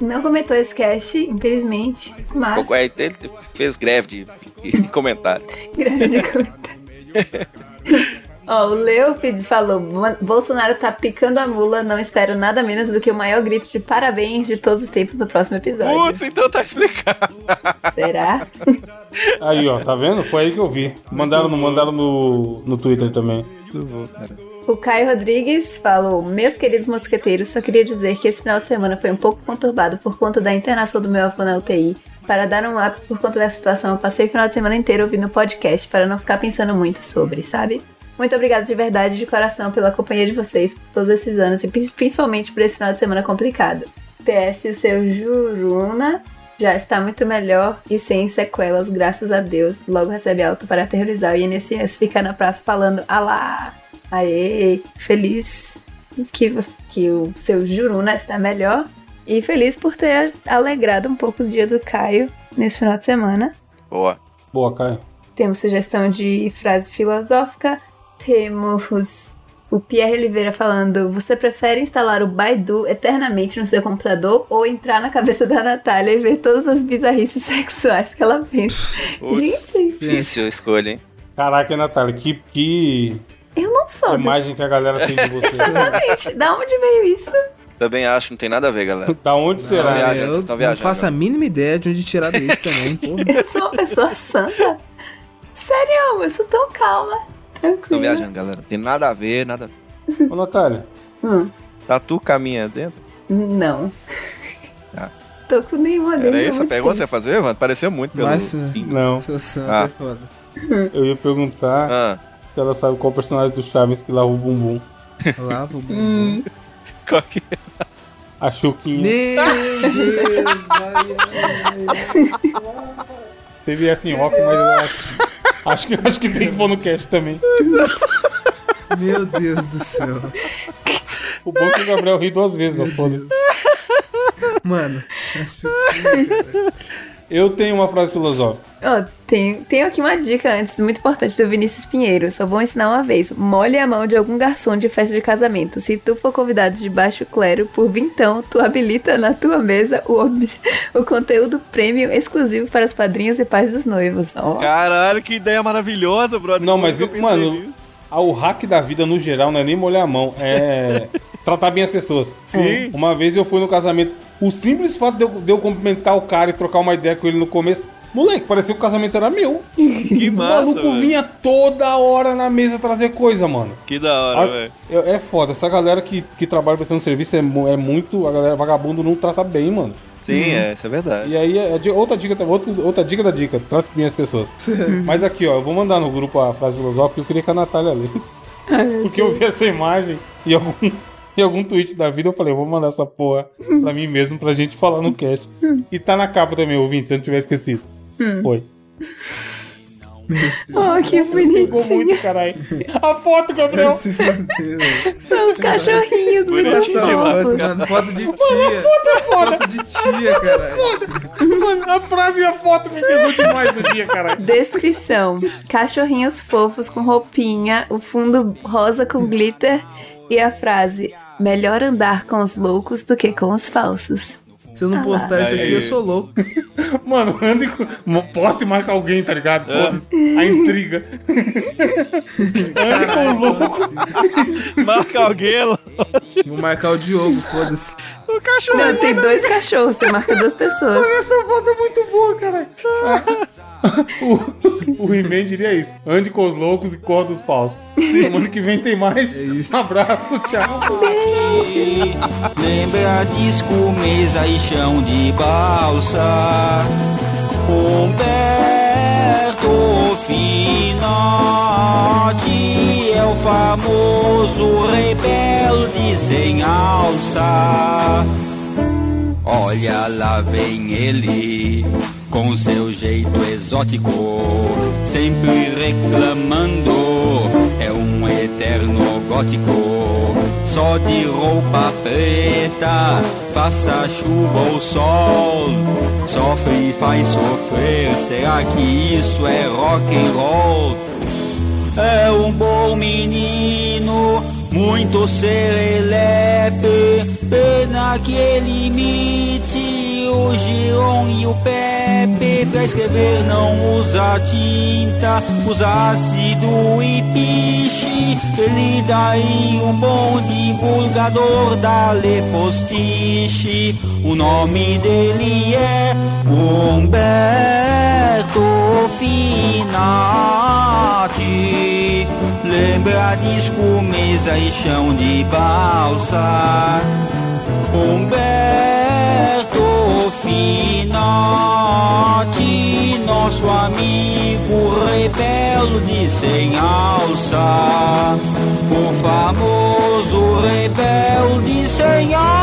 Speaker 5: Não comentou esse cast, infelizmente, mas
Speaker 3: Ficou- é, Ele fez greve de, de
Speaker 4: [laughs]
Speaker 3: comentário.
Speaker 5: Grande de comentário. Ó, o Leopid falou: "Bo- Bolsonaro tá picando a mula, não espero nada menos do que o maior grito de parabéns de todos os tempos no próximo episódio.
Speaker 3: Putz, então tá explicado.
Speaker 5: Será?
Speaker 4: Aí, ó, tá vendo? Foi aí que eu vi. Mandaram, no, mandaram no, no Twitter também.
Speaker 5: O Caio Rodrigues falou: Meus queridos mosqueteiros, só queria dizer que esse final de semana foi um pouco conturbado por conta da internação do meu avô na UTI. Para dar um up por conta dessa situação, eu passei o final de semana inteiro ouvindo o podcast para não ficar pensando muito sobre, sabe? Muito obrigada de verdade, de coração, pela companhia de vocês por todos esses anos e prin- principalmente por esse final de semana complicado. PS, o seu Juruna já está muito melhor e sem sequelas, graças a Deus. Logo recebe alta para aterrorizar o INSS, fica na praça falando alá. Aê, feliz que, você, que o seu Juruna está melhor. E feliz por ter alegrado um pouco o dia do Caio nesse final de semana.
Speaker 3: Boa.
Speaker 4: Boa, Caio.
Speaker 5: Temos sugestão de frase filosófica. Temos o Pierre Oliveira falando: Você prefere instalar o Baidu eternamente no seu computador ou entrar na cabeça da Natália e ver todas as bizarrices sexuais que ela pensa?
Speaker 3: Putz.
Speaker 5: Gente,
Speaker 6: É.
Speaker 3: Difícil a escolha, hein?
Speaker 4: Caraca, hein, Natália, que, que
Speaker 5: eu não sou. desse-
Speaker 4: imagem que a galera tem
Speaker 5: [laughs]
Speaker 4: de você.
Speaker 5: Exatamente. Da onde veio isso?
Speaker 3: Também acho, que não tem nada a ver,
Speaker 4: [laughs]
Speaker 3: galera.
Speaker 4: da onde será? né?
Speaker 3: viajando,
Speaker 6: Ah, eu
Speaker 3: vocês estão
Speaker 6: não
Speaker 3: viajando.
Speaker 6: faço a mínima ideia de onde tiraram isso também. porra.
Speaker 5: Eu sou uma pessoa santa? Sério, eu sou tão calma. Tranquilo.
Speaker 3: Estão viajando, galera. Não tem nada a ver, nada a ver.
Speaker 4: Ô, Natália,
Speaker 5: Hum,
Speaker 3: Tatu caminha dentro?
Speaker 5: não.
Speaker 3: Ah.
Speaker 5: Tô com nenhuma delas.
Speaker 3: Era essa
Speaker 5: muito
Speaker 3: a pergunta que você ia fazer, Evandro? Pareceu muito pelo...
Speaker 6: Nossa.
Speaker 4: não.
Speaker 6: Seu santo
Speaker 3: Ah.
Speaker 6: é foda.
Speaker 4: Eu ia perguntar
Speaker 3: Ah,
Speaker 4: se ela sabe qual personagem do Chaves que lava o bumbum.
Speaker 6: Lava o bumbum.
Speaker 5: Hum,
Speaker 3: qual que... é?
Speaker 4: A
Speaker 6: [laughs]
Speaker 4: Chuquinha.
Speaker 6: Meu Deus,
Speaker 4: Teve essa em off, mas eu acho, acho, que, acho que tem que pôr no cast também.
Speaker 6: vai- meu Deus do céu.
Speaker 4: O bom é que o Gabriel ri duas vezes, ó, foda.
Speaker 6: Mano, acho
Speaker 4: Eu tenho uma frase filosófica.
Speaker 5: Ó, tem, tenho aqui uma dica antes, muito importante, do Vinícius Pinheiro. Só vou ensinar uma vez. Molhe a mão de algum garçom de festa de casamento. Se tu for convidado de baixo clero, por vintão, tu habilita na tua mesa o, ob- [laughs] o conteúdo premium exclusivo para os padrinhos e pais dos noivos. Ó,
Speaker 3: Caralho, que ideia maravilhosa, brother.
Speaker 4: Não,
Speaker 3: Como é
Speaker 4: mas,
Speaker 3: que eu pensei
Speaker 4: mano,
Speaker 3: nisso?
Speaker 4: ah, o hack da vida no geral não é nem molhar a
Speaker 3: [laughs]
Speaker 4: mão, é tratar bem as pessoas. É.
Speaker 3: Sim.
Speaker 4: Uma vez eu fui no casamento, o simples fato de eu, de eu cumprimentar o cara e trocar uma ideia com ele no começo, moleque, parecia que o casamento era meu.
Speaker 3: Que massa,
Speaker 4: o maluco
Speaker 3: velho.
Speaker 4: vinha toda hora na mesa trazer coisa, mano.
Speaker 3: Que da hora,
Speaker 4: Ah,
Speaker 3: velho.
Speaker 4: é, é foda, essa galera que, que trabalha prestando serviço é, mu- é muito. A galera vagabundo não trata bem, mano.
Speaker 3: Sim, é, isso é verdade.
Speaker 4: E aí, é de- outra dica, também, outro- outra dica da dica, trate bem as pessoas. Mas aqui, ó, eu vou mandar no grupo a frase filosófica, eu queria que a Natália lesse. Porque eu vi essa imagem e algum, em algum tweet da vida, eu falei, eu vou mandar essa porra pra mim mesmo, pra gente falar no cast. E tá na capa também, ouvinte, se eu não tiver esquecido.
Speaker 6: Hum.
Speaker 4: Foi.
Speaker 5: oh,
Speaker 3: é
Speaker 5: que
Speaker 4: Ficou
Speaker 5: bonitinho.
Speaker 4: muito, caralho. A foto, Gabriel!
Speaker 6: Se fudeu.
Speaker 5: São os cachorrinhos, muito
Speaker 3: Bonitinho demais,
Speaker 5: fofos.
Speaker 3: cara.
Speaker 6: Mano, [laughs] foto de tia. Foto de tia, caralho.
Speaker 4: é Mano, a frase e a foto me pegou demais no dia, caralho.
Speaker 5: Descrição: Cachorrinhos fofos com roupinha, o fundo rosa com glitter e a frase: Melhor andar com os loucos do que com os falsos.
Speaker 6: Se eu não postar isso aqui, eu sou louco.
Speaker 4: Mano, ande com... Posta e marca alguém, tá ligado? Foda-se. A intriga. ande com os loucos.
Speaker 3: Marca alguém, ela-
Speaker 6: Vou marcar o Diogo, foda-se.
Speaker 3: o cachorro.
Speaker 5: Não, tem dois cachorros, você marca duas pessoas.
Speaker 4: Essa foto é muito boa, caralho. o o He-Man diria isso. Ande com os loucos e corra dos falsos. Semana que vem tem mais. Abraço, tchau.
Speaker 1: Lembra disco, mesa e chão de balsa Humberto Finotti É o famoso rebelde sem alça Olha lá vem ele com seu jeito exótico, sempre reclamando. É um eterno gótico, só de roupa preta, faça chuva ou sol. Sofre e faz sofrer, será que isso é rock and roll? É um bom menino, muito serelepe. Pena que ele imite o Giron e o Pepe. Pra escrever não usa tinta, usa ácido e piche. Ele daí um bom divulgador da lepostiche. O nome dele é Humberto Finati. Lembra disco, mesa e chão de balsa. Humberto Finotti, nosso amigo rebelde sem alça. O famoso rebelde sem alça.